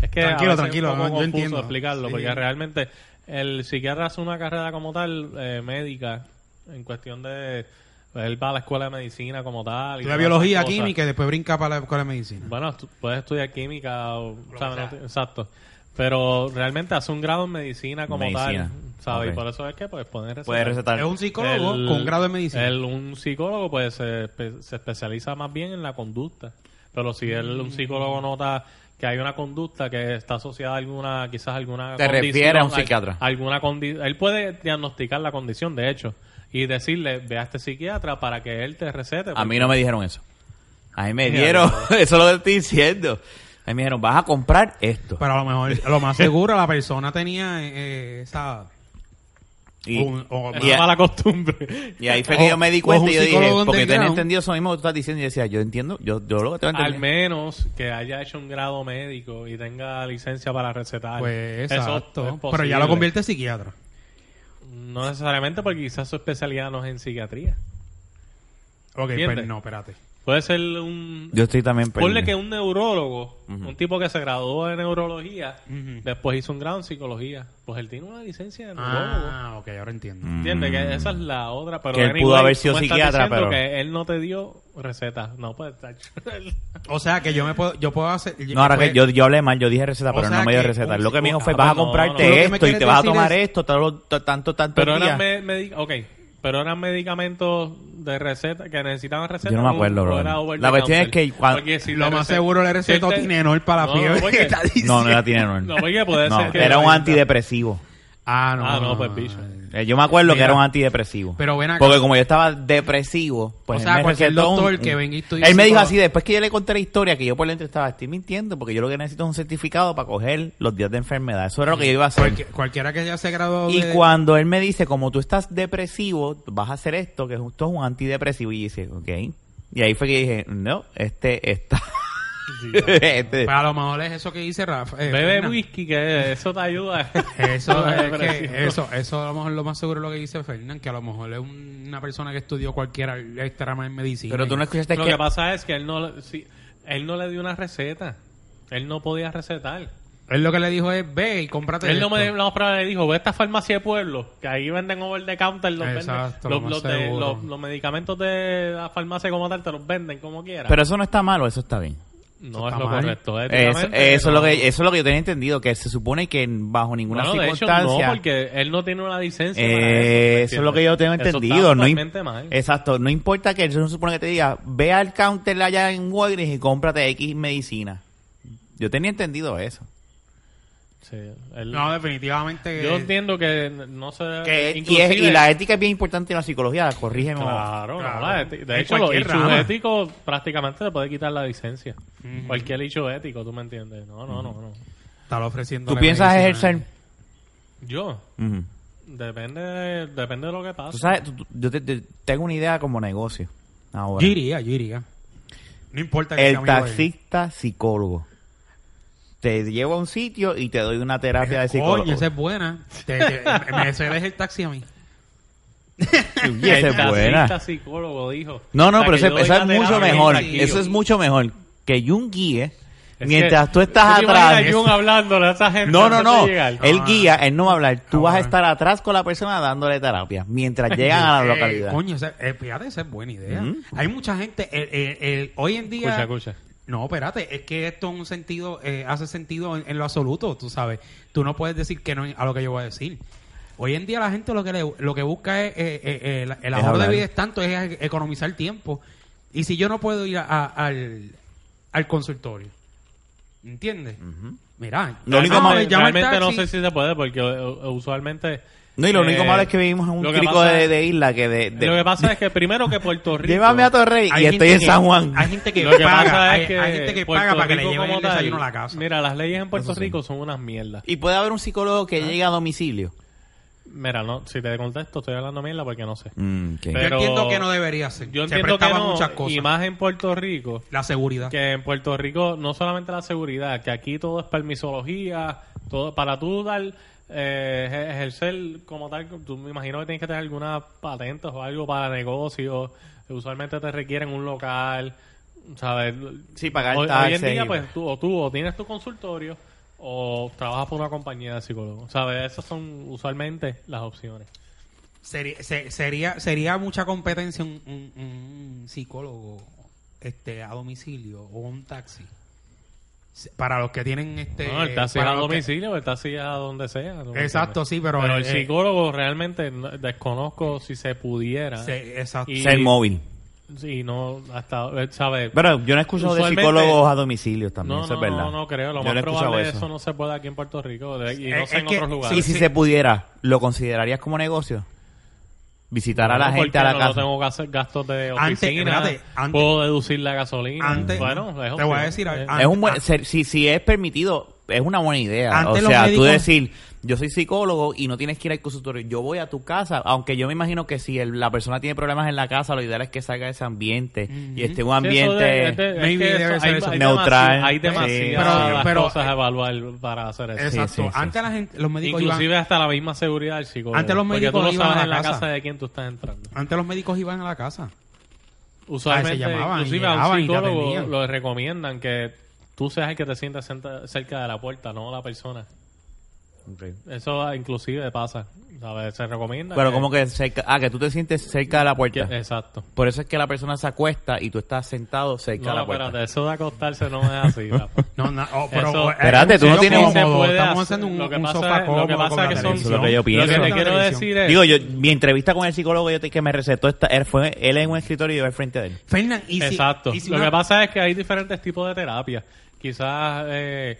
es que. a Tranquilo, veces tranquilo, Es un poco yo confuso entiendo. explicarlo, Sí. porque realmente el psiquiatra hace una carrera como tal eh, médica, en cuestión de. pues, él va a la escuela de medicina como tal. y Estudia todas biología, esas cosas. química y después brinca para la escuela de medicina. Bueno, estu- puedes estudiar química o. que ¿sabes? No sea. te- exacto. Pero realmente hace un grado en medicina como Medicina. tal. ¿Sabes? Ok. Y por eso es que, pues, poner Puede recetar. Es un psicólogo el- con grado de medicina. el- un psicólogo pues se, espe- se especializa más bien en la conducta. Pero si el, Mm. un psicólogo nota que hay una conducta que está asociada a alguna, quizás alguna Te refiere a un psiquiatra. al- alguna condi- él puede diagnosticar la condición, de hecho, y decirle, ve a este psiquiatra para que él te recete. A mí no me dijeron eso. A mí me dieron, eso es lo que estoy diciendo. A mí me dijeron, vas a comprar esto. Pero a lo mejor, lo más seguro, la persona tenía eh, esa... Y, un- o- Es y- una mala costumbre. y ahí fue que o- yo me di o cuenta un y yo dije, psicólogo porque yo tenía underground. entendido eso mismo que tú estás diciendo. Y yo decía, yo entiendo, yo, yo lo que tengo Al entendido. menos que haya hecho un grado médico y tenga licencia para recetar. Pues Eso es exacto. Pero ya posible. lo convierte en psiquiatra. No necesariamente porque quizás su especialidad no es en psiquiatría. Ok, ¿Entiendes? pues no, espérate. Puede ser un... Yo estoy también Ponle perdido. que un neurólogo, un tipo que se graduó de neurología, después hizo un grado en psicología. Pues él tiene una licencia de neurólogo. Ah, ok, ahora entiendo. Mm. ¿Entiendes? Que esa es la otra. Pero Que él anyway, pudo haber sido tú me estás psiquiatra, diciendo pero- que él no te dio recetas. No, pues... tacho. O sea, que yo me puedo, yo puedo hacer... No, ahora pues, que yo, yo hablé mal, yo dije receta, O pero sea no me dio que receta. un Lo que me dijo fue, psico- Ah, vas a no, no, comprarte no. Lo que me esto y quieres te vas a decir tomar es- esto, tal- tal- tanto, tanto pero día. eran, me- medi- ok, pero eran medicamentos de receta que necesitaban receta. Yo no me acuerdo, o- o brother. era over La the cuestión es counter. que cuando- Porque si Lo la más receta- seguro le si él recetó te- Tinerol para No, la no, fiebre. porque- que está No, no diciendo. era Tinerol. No, porque puede No, ser que... era un antidepresivo. Ah, no. Ah, no, pues, bicho. Eh, Yo me acuerdo que Mira, era un antidepresivo. pero ven acá. Porque como yo estaba depresivo, pues O él sea, me cualquier recetó doctor que venga y estudie Él me dijo psicólogo. así, después que yo le conté la historia, que yo por dentro estaba, estoy mintiendo, porque yo lo que necesito es un certificado para coger los días de enfermedad. Eso era lo que yo iba a hacer. Cualque- Cualquiera que ya se graduó Y de- cuando él me dice, como tú estás depresivo, vas a hacer esto, que justo es un antidepresivo, y dice, ok. Y ahí fue que dije, no, este está. Este- Pues a lo mejor es eso que dice Rafa. eh, Bebe Fernan. whisky, que eso te ayuda. Eso, No, es pero sí. que, eso, eso a lo mejor lo más seguro es lo que dice Fernán, que a lo mejor es un- una persona que estudió cualquier rama en medicina. Pero tú no Y- escuchaste Lo que... que pasa es que él no, sí, él no le dio una receta. Él no podía recetar. Él lo que le dijo es, ve y cómprate Él no esto". me no, pero le dijo, ve a esta farmacia de pueblo, que ahí venden over the counter, los, venden- Exacto, lo los, más los de- seguro. los- los medicamentos de la farmacia como tal te los venden como quieras. Pero eso no está malo, eso está bien. no es está lo mal. correcto. Eso, éticamente, eso es no. lo que, eso es lo que yo tenía entendido, que se supone que bajo ninguna Bueno, de hecho, circunstancia... no, porque él no tiene una licencia. para Eh, ¿me eso es lo que yo tengo entiendes? Eso está entendido. No im- totalmente mal. Exacto, no importa que eso no supone que te diga, ve al counter allá en Walgreens y cómprate X medicina. Yo tenía entendido eso. Sí, él- No, definitivamente. yo entiendo que no se... Que- y, es- Eh, inclusive- y la ética es bien importante en la psicología, corrígeme. Claro, no, Claro. la eti- En de hecho, los cualquier hechos rama. éticos prácticamente te puede quitar la licencia. Cualquier hecho ético, ¿tú me entiendes? No, no, no, no. Está ofreciendo. ¿Tú piensas ejercer? Yo, Ujú. depende de, depende de lo que Tú pasa. sabes, tú- tú- yo te- te- tengo una idea como negocio. Ahora. Yo iría, yo iría. No importa que El taxista psicólogo. Te llevo a un sitio y te doy una terapia de psicólogo. Coño, esa es buena. Te- te- me cedes el taxi a mí. Y esa es buena. psicólogo dijo. No, no, O sea, pero que ese- yo doy eso es la mucho terapia mejor. tranquilo. Eso es mucho mejor que un guíe Es mientras que- tú estás ¿tú te imaginas atrás. a Jun hablándole a esa gente No, no, antes no. Eh, de llegar? El Ah. guía, él no va a hablar. Tú vas a Ah. estar atrás con la persona dándole terapia mientras llegan a la Eh, localidad. Mm. coño, esa, eh, fíjate, esa es buena idea. Ujú. Hay mucha gente. eh, eh, eh, hoy en día. Escucha, escucha. No, espérate, es que esto en un sentido, eh, hace sentido en, en lo absoluto, tú sabes. Tú no puedes decir que no a lo que yo voy a decir. Hoy en día la gente lo que le- lo que busca es, eh, eh, eh, el, el Es ahorro de hablar. vida es tanto, es economizar tiempo. Y si yo no puedo ir a- a- al, al consultorio, ¿entiendes? Mira, Lo único ah, malo- me Realmente, llama el realmente no taxi. sé si se puede porque eh, usualmente... No, y lo único eh, malo es que vivimos en lo un que trico pasa- de, de isla que de... de- Lo que pasa es que primero que Puerto Rico... Llévame a Torrey Hay y estoy gente en que- San Juan. Hay gente que Lo que paga, pasa hay, es que hay gente que Puerto paga para que le Rico lleven el como tal, desayuno a la casa. Mira, las leyes en Puerto Eso sí. Rico son unas mierdas. Y puede haber un psicólogo que llegue a domicilio. Mira, no, si te contesto, estoy hablando mierda porque no sé. yo Mm, Pero- entiendo que no debería ser. Yo Se entiendo que prestaba no, muchas cosas. y más en Puerto Rico, la seguridad. que en Puerto Rico no solamente la seguridad, que aquí todo es permisología, todo para tú dar eh, ej- ejercer como tal, tú me imagino que tienes que tener algunas patentes o algo para negocios, usualmente te requieren un local, ¿sabes? Sí, pagar hoy, hoy taxes en día y- pues tú o tú o tienes tu consultorio o trabajas por una compañía de psicólogos, ¿sabes? Esas son usualmente las opciones. Sería, se- sería, sería mucha competencia un, un- un psicólogo este a domicilio o un taxi. Se- Para los que tienen este. No, el taxi es para a los que- domicilio, el taxi es a donde sea. ¿tú me Exacto, entiendes? sí, pero, Pero eh, el eh, psicólogo realmente no- desconozco si se pudiera. eh, se- exacto. Y- Ser móvil. Sí, no, hasta, eh, ¿sabes? Pero yo no he escuchado de Usualmente- psicólogos a domicilio también, no, no, eso es verdad. no, no creo. Lo Yo más no he escuchado probable es eso no se puede aquí en Puerto Rico de- y no Eh, sé es en que- otros Y lugares. si sí. se pudiera, ¿lo considerarías como negocio? Visitar a la No, gente porque a la no, casa. No tengo gas- gastos de Antes, oficina. espérate, antes- puedo deducir la gasolina. Antes- bueno, es te opción. voy a decir Eh, algo. Es un buen, ser- si, si es permitido, es una buena idea. Antes o los sea, tú médicos- decir, yo soy psicólogo y no tienes que ir al consultorio, yo voy a tu casa, aunque yo me imagino que si el- la persona tiene problemas en la casa, lo ideal es que salga de ese ambiente y esté un Sí, eso de- ambiente... es de- es Maybe que debe eso- ser hay- eso. hay Neutral. demasi- Hay Sí. demasiadas Pero- pero- eh, cosas a evaluar para hacer eso. Exacto. sí, sí. Antes la gente, los médicos Inclusive iban, hasta la misma seguridad del psicólogo. Antes los médicos Porque tú no iban sabes a en la la casa. casa Ah, de quién tú estás entrando. antes los médicos iban a la casa. Usualmente, llamaban y inclusive a llegaban un y te psicólogo atendían. lo recomiendan que tú seas el que te sientas senta- cerca de la puerta, no la persona. Ok. Eso ah, inclusive pasa. ¿sabes? Se recomienda. Pero como que cerca, ah, que tú te sientes cerca de la que- eh, puerta. Exacto. Por eso es que la persona se acuesta y tú estás sentado cerca de No, la puerta. espérate, eso de acostarse no es así. Rafa. No, no, oh, pero, Eso- eh, Espérate, un tú no sitio tienes- cómodo, se puede Estamos hacer- haciendo un, lo que un pasa sofá es- cómodo lo que con pasa la es que son- televisión. Eso es lo que yo pienso. Lo que te Una quiero televisión. decir es. Digo, yo, mi entrevista con el psicólogo yo te- que me recetó esta, él fue él en un escritorio y yo al frente de él. Fernan, y si- Exacto. y si Lo una- que pasa es que hay diferentes tipos de terapias. Quizás eh,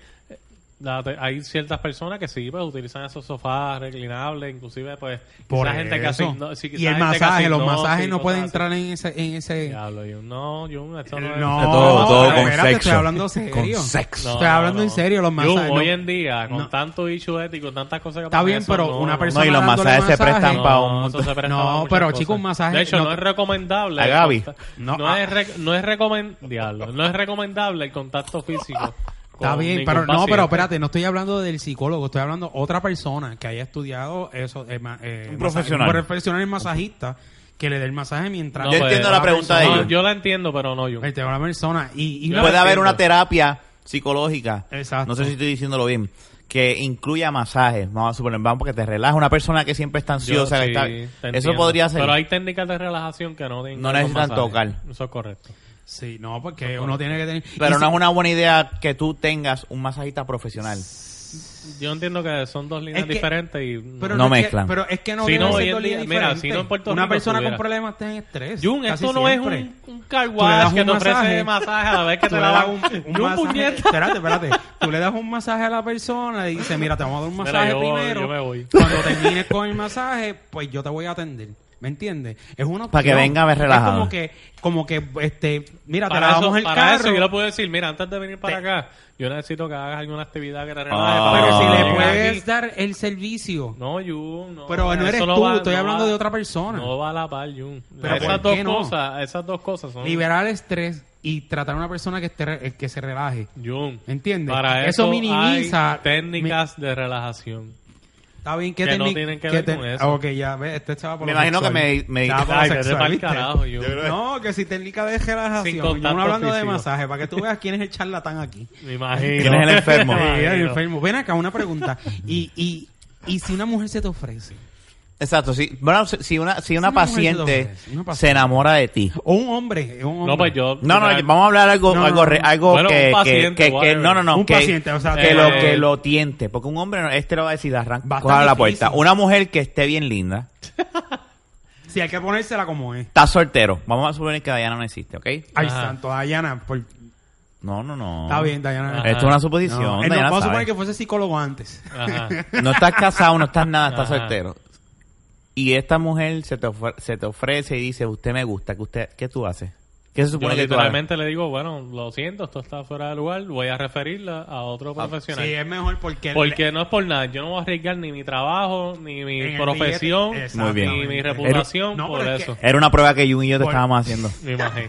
la te- hay ciertas personas que sí, pues utilizan esos sofás reclinables, inclusive pues por quizás gente que eso. asigno- sí, quizás y el gente que masaje, los asignosis, masajes no cosas pueden así. entrar en ese, en ese. Diablo, yo, no, yo, esto no, es- No, Todo- todo pero con espérate, sexo. estoy hablando serio. Con sexo. No, Estoy hablando no, en no. serio, los Yo, masajes. hoy no- en día, con no. tanto issue ético, tantas cosas que Está pasan, bien, eso pero no, una no, persona. No, y los dándole masajes se masaje- prestan no, pa' un eso se presta No, pa' muchas pero, chico, cosas. un masaje- De hecho, no no, te- es recomendable. A el Gaby. conta- No, No, a- es rec- no es recomen- diablo, no es recomendable el contacto físico. Está con bien, ningún pero no, paciente. pero espérate, no estoy hablando del psicólogo, estoy hablando otra persona que haya estudiado eso. eh, ma- eh, Un masaje- profesional. Un profesional masajista que le dé el masaje mientras. No, Yo pues, entiendo la pregunta de persona- No, ellos. yo la entiendo, pero no, yo. Vete, una persona. Y, y una- Puede haber entiendo. una terapia psicológica. Exacto. No sé si estoy diciéndolo bien. Que incluya masajes. Vamos a suponer, vamos, porque te relaja. Una persona que siempre está Yo ansiosa. que sí, está- te Eso entiendo. podría ser. Pero hay técnicas de relajación que no, tienen No que ver necesitan con masaje. tocar. Eso es correcto. Sí, no, porque uno tiene que tener. Pero y no si- es una buena idea que tú tengas un masajista profesional. Yo entiendo que son dos líneas que- diferentes y pero No es que- mezclan. pero es que no Si debe no, ser hoy en dos líneas día- mira, diferentes. si no en Puerto Una Rico persona con tuviera- problemas está en estrés. Jun, casi esto no siempre. es un, un car Tú le das wash que un te ofrece masaje. masaje a la vez que Tú te le la das un, un Jun, masaje- puñeta. Espérate, espérate. Tú le das un masaje a la persona y dices, mira, te vamos a dar un Mira, masaje yo voy, primero. yo me voy. Cuando termines con el masaje, pues yo te voy a atender. ¿Me entiendes? Es una Para que opción. venga más Es relajado. como que, como que, este, mira, te Para, lavamos eso, el para carro. eso yo le puedo decir, mira, antes de venir para acá, yo necesito que hagas alguna actividad que te relaje. Ah. para Pero que si cuando le llegues puedes aquí- dar el servicio. No, Jun, no. Pero no eso eres tú, estoy hablando de otra persona. No va a la par, Jun. Pero esas ¿por dos qué no? cosas, esas dos cosas son... Liberar el estrés y tratar a una persona que, esté re- que se relaje. Jun, ¿Entiendes? para Eso eso, minimiza- hay técnicas de relajación. Está bien, ¿qué Que no técnica- tienen que qué ver te- con eso. Ah, Ok, ya, ve, este chaval por Me lo imagino sexual. que me- me- Estaba por lo Ay, que sexual, te pa'l ¿viste? carajo, Jun. No, que si técnica de Sin relajación. Yo contacto no hablando de físico. masaje, para que tú veas quién es el charlatán aquí. Me imagino. ¿Quién es el enfermo? Me Sí, imagino. el enfermo. Ven acá, una pregunta. Y, y, y si una mujer se te ofrece, Exacto. Si, bueno, si- si una, si una Una mujer se lo paciente ofrece, una se paciente. enamora de ti. o un hombre, un hombre. No, pues yo... No, no, literal- vamos a hablar algo, No, no, algo, re- no. algo Bueno, un que, que- paciente, que- que- whatever. no, no, no, Un que, paciente, o sea, que eh, lo que lo tiente, porque un hombre, no, este lo va a decir, Va a arranca, estar coja la difícil. puerta. Una mujer que esté bien linda, Si hay que ponérsela como es. está soltero. Vamos a suponer que Dayana no existe, ¿ok? Ay, Ajá. santo, Dayana. por- No, no, no. Está bien, Dayana. Esto es una suposición. No, eh, no, Dayana vamos a sabe. suponer que fuese psicólogo antes. Ajá. No estás casado, no estás nada, estás Ajá. soltero. Y esta mujer se te, ofre- se te ofrece y dice, usted me gusta, que usted, ¿qué tú haces? ¿Qué se Yo supone que tú haces? literalmente le digo, bueno, lo siento, esto está fuera de lugar, voy a referirla a otro Ah, profesional. Sí, es mejor porque... Porque no es por nada, yo no voy a arriesgar ni mi trabajo, ni mi En el profesión, billete, Muy bien. ni mi exactamente. reputación No, por pero es eso. Era una prueba que Jun y yo te Por- estábamos haciendo. Me imagino.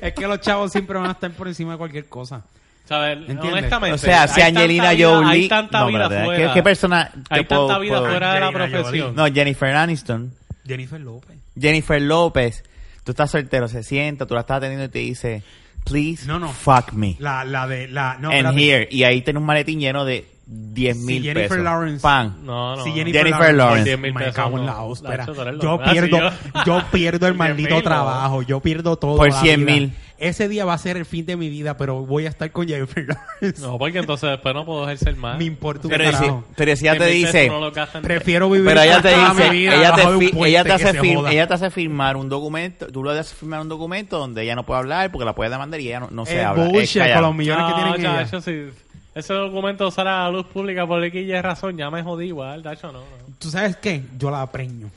Es que los chavos siempre van a estar por encima de cualquier cosa. ¿Sabes? ¿Entiendes? Honestamente. O sea, si hay tanta Angelina vida- Jolie... Hay tanta No, vida espérate, ¿qué- fuera. ¿Qué, persona te hay puedo- tanta vida puedo- fuera de la Angelina Jolie. profesión. No, Jennifer Aniston, Jennifer López. Jennifer López, tú estás soltero, se sienta, tú la estás atendiendo y te dice, please No, no. fuck me. La, la de... La, no, And espérate. here. Y ahí tiene un maletín lleno de 10 Si mil Jennifer pesos. Lawrence- Pan. No, no. Si no. Jennifer, Jennifer Lawrence. Por 10.000 Me pesos, cago en no. la óspera. Nacho, tú eres Yo loco. Ah, pierdo, sí, yo- yo pierdo el 10.000 maldito pesos. trabajo. Yo pierdo todo. Por la 100.000. vida. Ese día va a ser el fin de mi vida, pero voy a estar con Jennifer Lawrence. No, ah. porque entonces después no puedo ejercer más. Me importa un Pero, si- carajo. pero si ella te Que mi peso dice... no lo gastan- Prefiero vivir Pero ella te toda dice, mi vida ella, te abajo de un fi- puente ella te que hace se fir- joda. ella te hace firmar un documento, tú le haces firmar un documento donde ella no puede hablar porque la puede demandar y ella no, no se Es habla. es bullshit callada. con los millones que No, tienen ella. chacho, si ese documento sale a la luz pública por X y es razón, ya me jodí igual, Dacho, no. no. ¿Tú sabes qué? Yo la preño.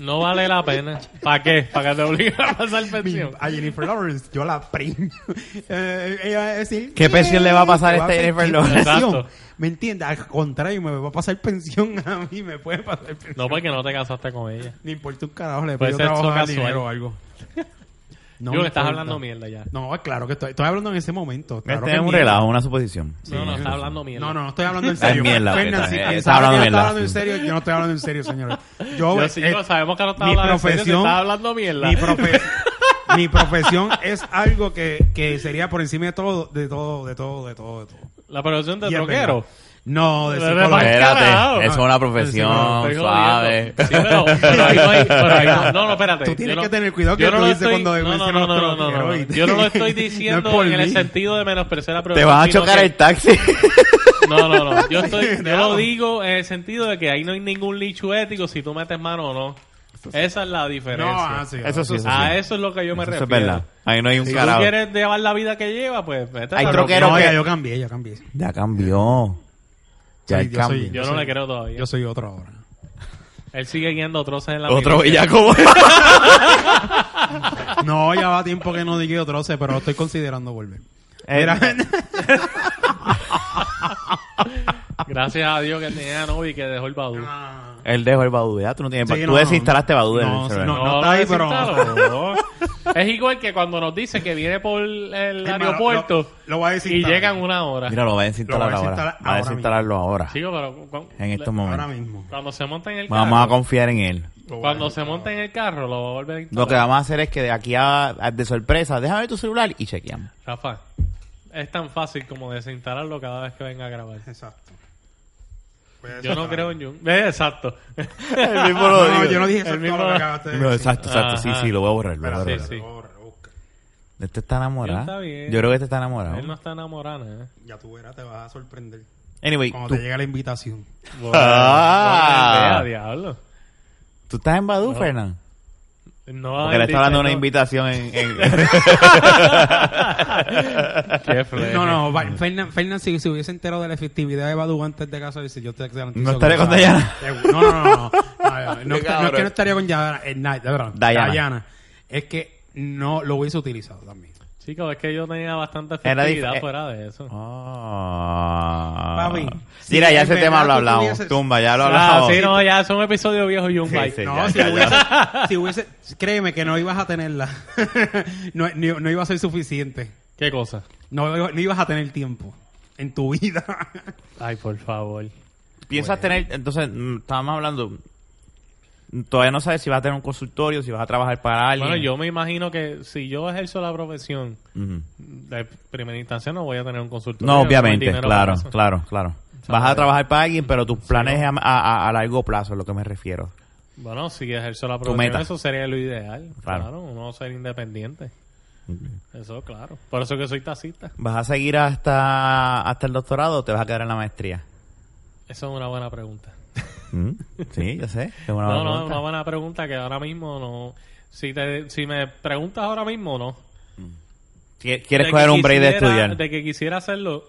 No vale la pena. ¿Para qué? ¿Para que te obliguen a pasar Mi- pensión? a Jennifer Lawrence, yo la preño. Eh, ella va a decir, ¿Qué pensión le va a pasar "Yay, a esta te va Jennifer pensión". Lawrence? Exacto. ¿Me entiendes? Al contrario, me va a pasar pensión a mí, me puede pasar pensión. No, porque no te casaste con ella. Ni importa un carajo, le Puede pido ser trabajo sexo al casual. dinero o algo. No Yo me que estás importa. hablando mierda ya. No, claro que estoy, estoy hablando en ese momento. Claro este que es un mierda. relajo, una suposición. No, no, estás hablando mierda. No, no, no estoy hablando en serio. Es mierda, Fernan, está- si está pensaba hablando que yo mierda. estaba hablando en serio, yo no estoy hablando en serio, señores. Yo, Yo, sí, eh, yo, sabemos que no estás mi hablando en serio, profesión- estás hablando mierda. mi, profe- mi profesión es algo que, que sería por encima de todo, de todo, de todo, de todo, de todo. La profesión de Y es troquero. verdad. No, de De psicólogo. reparto. carajo. Espérate, eso es una profesión Estoy jodiendo. suave. Sí, pero, pero ahí no hay- pero ahí no, no, no, espérate. Tú Yo tienes no- que tener cuidado que yo tú lo dices cuando no, no, mencionas no, no, no, troquero, no, no. ¿oíste? Yo no lo estoy No diciendo es por en el mí. sentido de menospreciar la Te profesión. vas a sino chocar que- el taxi. No, no, no. Yo, estoy, yo Claro. lo digo en el sentido de que ahí no hay ningún licho ético si tú metes mano o no. Esa es la diferencia. No, ah, sí, Eso ah, sí, eso sí. A eso es lo que yo me Eso es refiero. verdad. Ahí no hay un Si tú carajo. quieres llevar la vida que lleva, pues vete a Hay la Pero- troquero no, que- ya yo cambié, ya cambié. Ya cambió. Ya Soy- el yo soy- cambio. Yo no le creo todavía. Yo soy otro ahora. Él sigue guiando trozos en la Otro minoría. bellaco. No, ya va tiempo que no digo troce, pero estoy considerando volver. Era- Gracias a Dios que tenía novia y que dejó el Badu. Él dejó el Badoo. Ya tú no tienes. Sí, Badoo. no, tú no. desinstalaste Badoo en No, el sí, celular. no. está ahí, pero- desinstalo, no. Es igual que cuando nos dicen que viene por el Hermano, aeropuerto lo- lo voy a decir y tarde. llegan una hora. Mira, lo va a Lo desinstalar voy a ahora. desinstalar Va a ahora desinstalarlo ahora. Chico, pero cu- En estos le- Ahora momentos. mismo. cuando se monta en el carro, Vamos a confiar en él. cuando se monta en el carro, lo va a volver a Lo instalar. que vamos a hacer es que de aquí a, a- de sorpresa, déjame ver tu celular y chequeamos. Rafa, es tan fácil como desinstalarlo cada vez que venga a grabar. Exacto. Yo no creo en Jung. Eh, exacto. El mismo No, yo no dije El exacto mismo- lo que acabaste de No, decir. exacto, exacto. Sí, Ajá. sí, lo voy a borrar. Lo voy a Espera, borrar. espera, sí. lo voy a borrar, lo busca. Este está enamorado. Está bien. Yo creo que este está enamorado. Él no está enamorado, ¿eh? Ya tú verás, te vas a sorprender. Anyway, Cuando tú, te llega la invitación. Ah. Buena idea, diablo. ¿tú estás en Badoo, Fernan? No, Porque le dice, está dando una no. invitación en... en- Qué Pues, fleje. No, eh, no, va- Fernan, Fernan, si se hubiese enterado de la efectividad de Badu antes de casa, dice, yo te garantizo No que estaría con sabe. Dayana. Seguro. No, no, no. No, no, no, no, Qué está- no es que cabrón. no estaría con Dayana, eh, na- de verdad, Dayana. Dayana. Es que no lo hubiese utilizado también. Chicos, es que yo tenía bastante Era dif- efectividad eh. fuera de eso. Ah. Papi, Mira, si ya en ese verdad tema lo tú hablamos. tuvieses- Tumba, ya lo Ah, hablamos. sí, no, ya es un episodio viejo y un Sí, bike. sí, No, ya, si, ya, hubiese, ya. si hubiese, créeme que no ibas a tenerla. no, ni- no iba a ser suficiente. ¿Qué cosa? No, no ibas a tener tiempo en tu vida. Ay, por favor. Piensas tener... Entonces, mm, estábamos hablando... mm, Todavía no sabes si vas a tener un consultorio, si vas a trabajar para alguien. Bueno, yo me imagino que si yo ejerzo la profesión, Ujú. de primera instancia no voy a tener un consultorio. No, tengo obviamente, dinero claro, para eso. claro, claro. Vas a trabajar para alguien, pero tus planes a, a- a largo plazo es lo que me refiero. Bueno, si ejerzo la profesión, meta. eso sería lo ideal. Claro. Claro. uno ser independiente. Eso, claro. Por eso que soy taxista. ¿Vas a seguir hasta, hasta el doctorado o te vas a quedar en la maestría? Esa es una buena pregunta. Mm, Sí, yo sé. es una buena No, no, es pregunta. una buena pregunta que ahora mismo no... Si, te, si me preguntas ahora mismo, no. ¿Qui- ¿Quieres De coger que un break de quisiera- estudiar? De que quisiera hacerlo,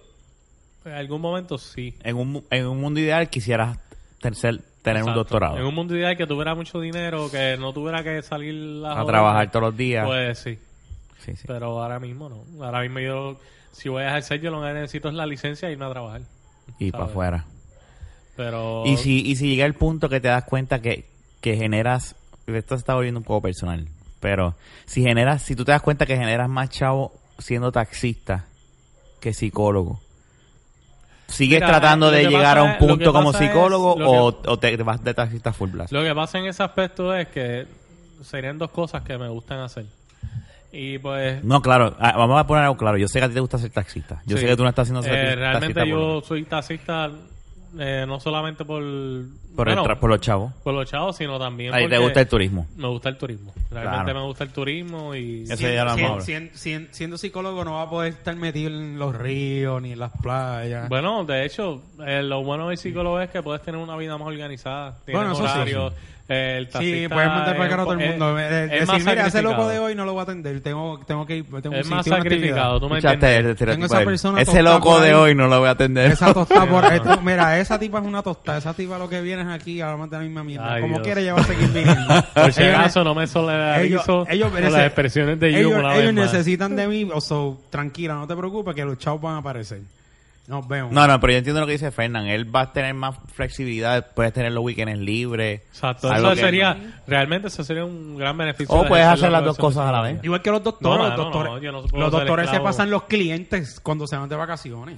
en algún momento sí. En, un, mu- en un mundo ideal quisieras tercer- tener un Exacto. doctorado. En un mundo ideal que tuviera mucho dinero, que no tuviera que salir a trabajar todos los días. Pues sí, Sí, sí. pero ahora mismo no. Ahora mismo yo, si voy a ejercer, yo lo que necesito es la licencia y irme a trabajar. y para ¿sabes? afuera. Pero... Y si, y si llega el punto que te das cuenta que, que generas, esto se está volviendo un poco personal, pero si generas, si tú te das cuenta que generas más chavo siendo taxista que psicólogo, ¿sigues Mira, tratando lo de que llegar a pasa un es- lo que punto como pasa es- psicólogo lo que- o, o te, te vas de taxista full blast? Lo que pasa en ese aspecto es que serían dos cosas que me gustan hacer. Y pues... No, claro, ah, vamos a poner algo claro. Yo sé que a ti te gusta ser taxista. Yo sí. sé que tú no estás haciendo Eh, ser taxi- taxista Realmente yo por, soy taxista eh, no solamente por... por el bueno, tra- por los chavos. por los chavos, sino también Ahí te porque gusta el turismo. Me gusta el turismo. Realmente Claro. me gusta el turismo y... Ese ya lo vamos a hablar. Sien- sien- siendo psicólogo no va a poder estar metido en los ríos ni en las playas. Bueno, de hecho, eh, lo bueno del psicólogo es que puedes tener una vida más organizada. Tienes Bueno, eso sí. horarios, eh, el taxista sí, puedes mandar es para acá a todo un po- el mundo. es- Eh, es decir, más mira, ese loco sacrificado. de hoy no lo voy a atender. Tengo, tengo que ir. Tengo Es sí, más tengo una actividad. sacrificado, tú me Escuchaste entiendes. el estereotipo Tengo esa de él. persona Ese tostada loco por de ahí. hoy no lo voy a atender. Esa tostada por Sí, esto, mira, esa tipa es una tostada. Esa tipa lo que viene es aquí a hablar de la misma mierda. Ay, Como Dios. quiere, ella va a seguir viniendo. Por si Ellos ne- acaso no me solidarizo ellos- ellos con merece- las expresiones de Yu ellos, una ellos vez más. necesitan de mí, o so, tranquila, no te preocupes que los chavos van a aparecer. Nos vemos. No, no, pero yo entiendo lo que dice Fernán. Él va a tener más flexibilidad, puedes tener los weekends libres. Exacto, algo eso que- sería, realmente eso sería un gran beneficio. O de puedes ejercer hacer la las dos profesión cosas a la de vez. Igual que los doctores, No, los mano, doctores, no, yo no puedo los ser doctores se esclavo. pasan los clientes cuando se van de vacaciones.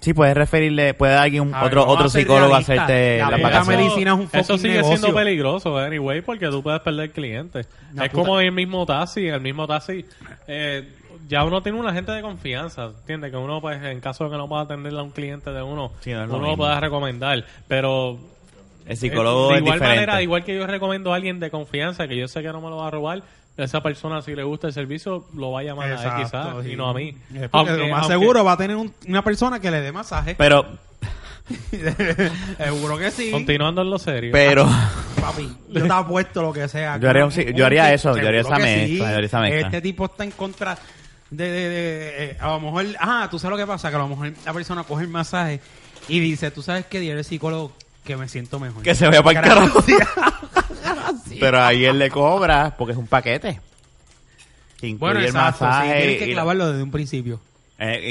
Sí, puedes referirle, puede alguien, un- A ver, otro, vamos a otro ser psicólogo realistas. hacerte La la puta vacación. medicina- es un Eso fucking sigue negocio. siendo peligroso, anyway, porque tú puedes perder clientes. La es puta- como el mismo taxi, el mismo taxi. eh, ya uno tiene una gente de confianza, ¿entiendes? Que uno, pues, en caso de que no pueda atenderle a un cliente de uno, Sí, no es lo uno lo mismo. pueda recomendar. Pero eh, El psicólogo de es igual diferente. manera, igual que yo recomiendo a alguien de confianza, que yo sé que no me lo va a robar, esa persona, si le gusta el servicio, lo va a llamar a él Exacto, quizás, sí. y no a mí. Es porque Aunque- lo más aunque- seguro va a tener un- una persona que le dé masaje. Pero, seguro que sí. Continuando en lo serio. pero, Papi, yo te apuesto lo que sea. Yo haría un- sí, yo haría eso, yo haría esa Seguro que mezcla, yo haría esa mezcla. Este tipo está en contra de... de- de- eh, a lo mejor... Ah, tú sabes lo que pasa, que a lo mejor la persona coge el masaje y dice, tú sabes que yo eres psicólogo, que me siento mejor. que se vea para el carajo. Gracias. Pero ahí él le cobra porque es un paquete. Que incluye Bueno, el exacto, sí, masaje. tienes que y- clavarlo desde un principio. eh,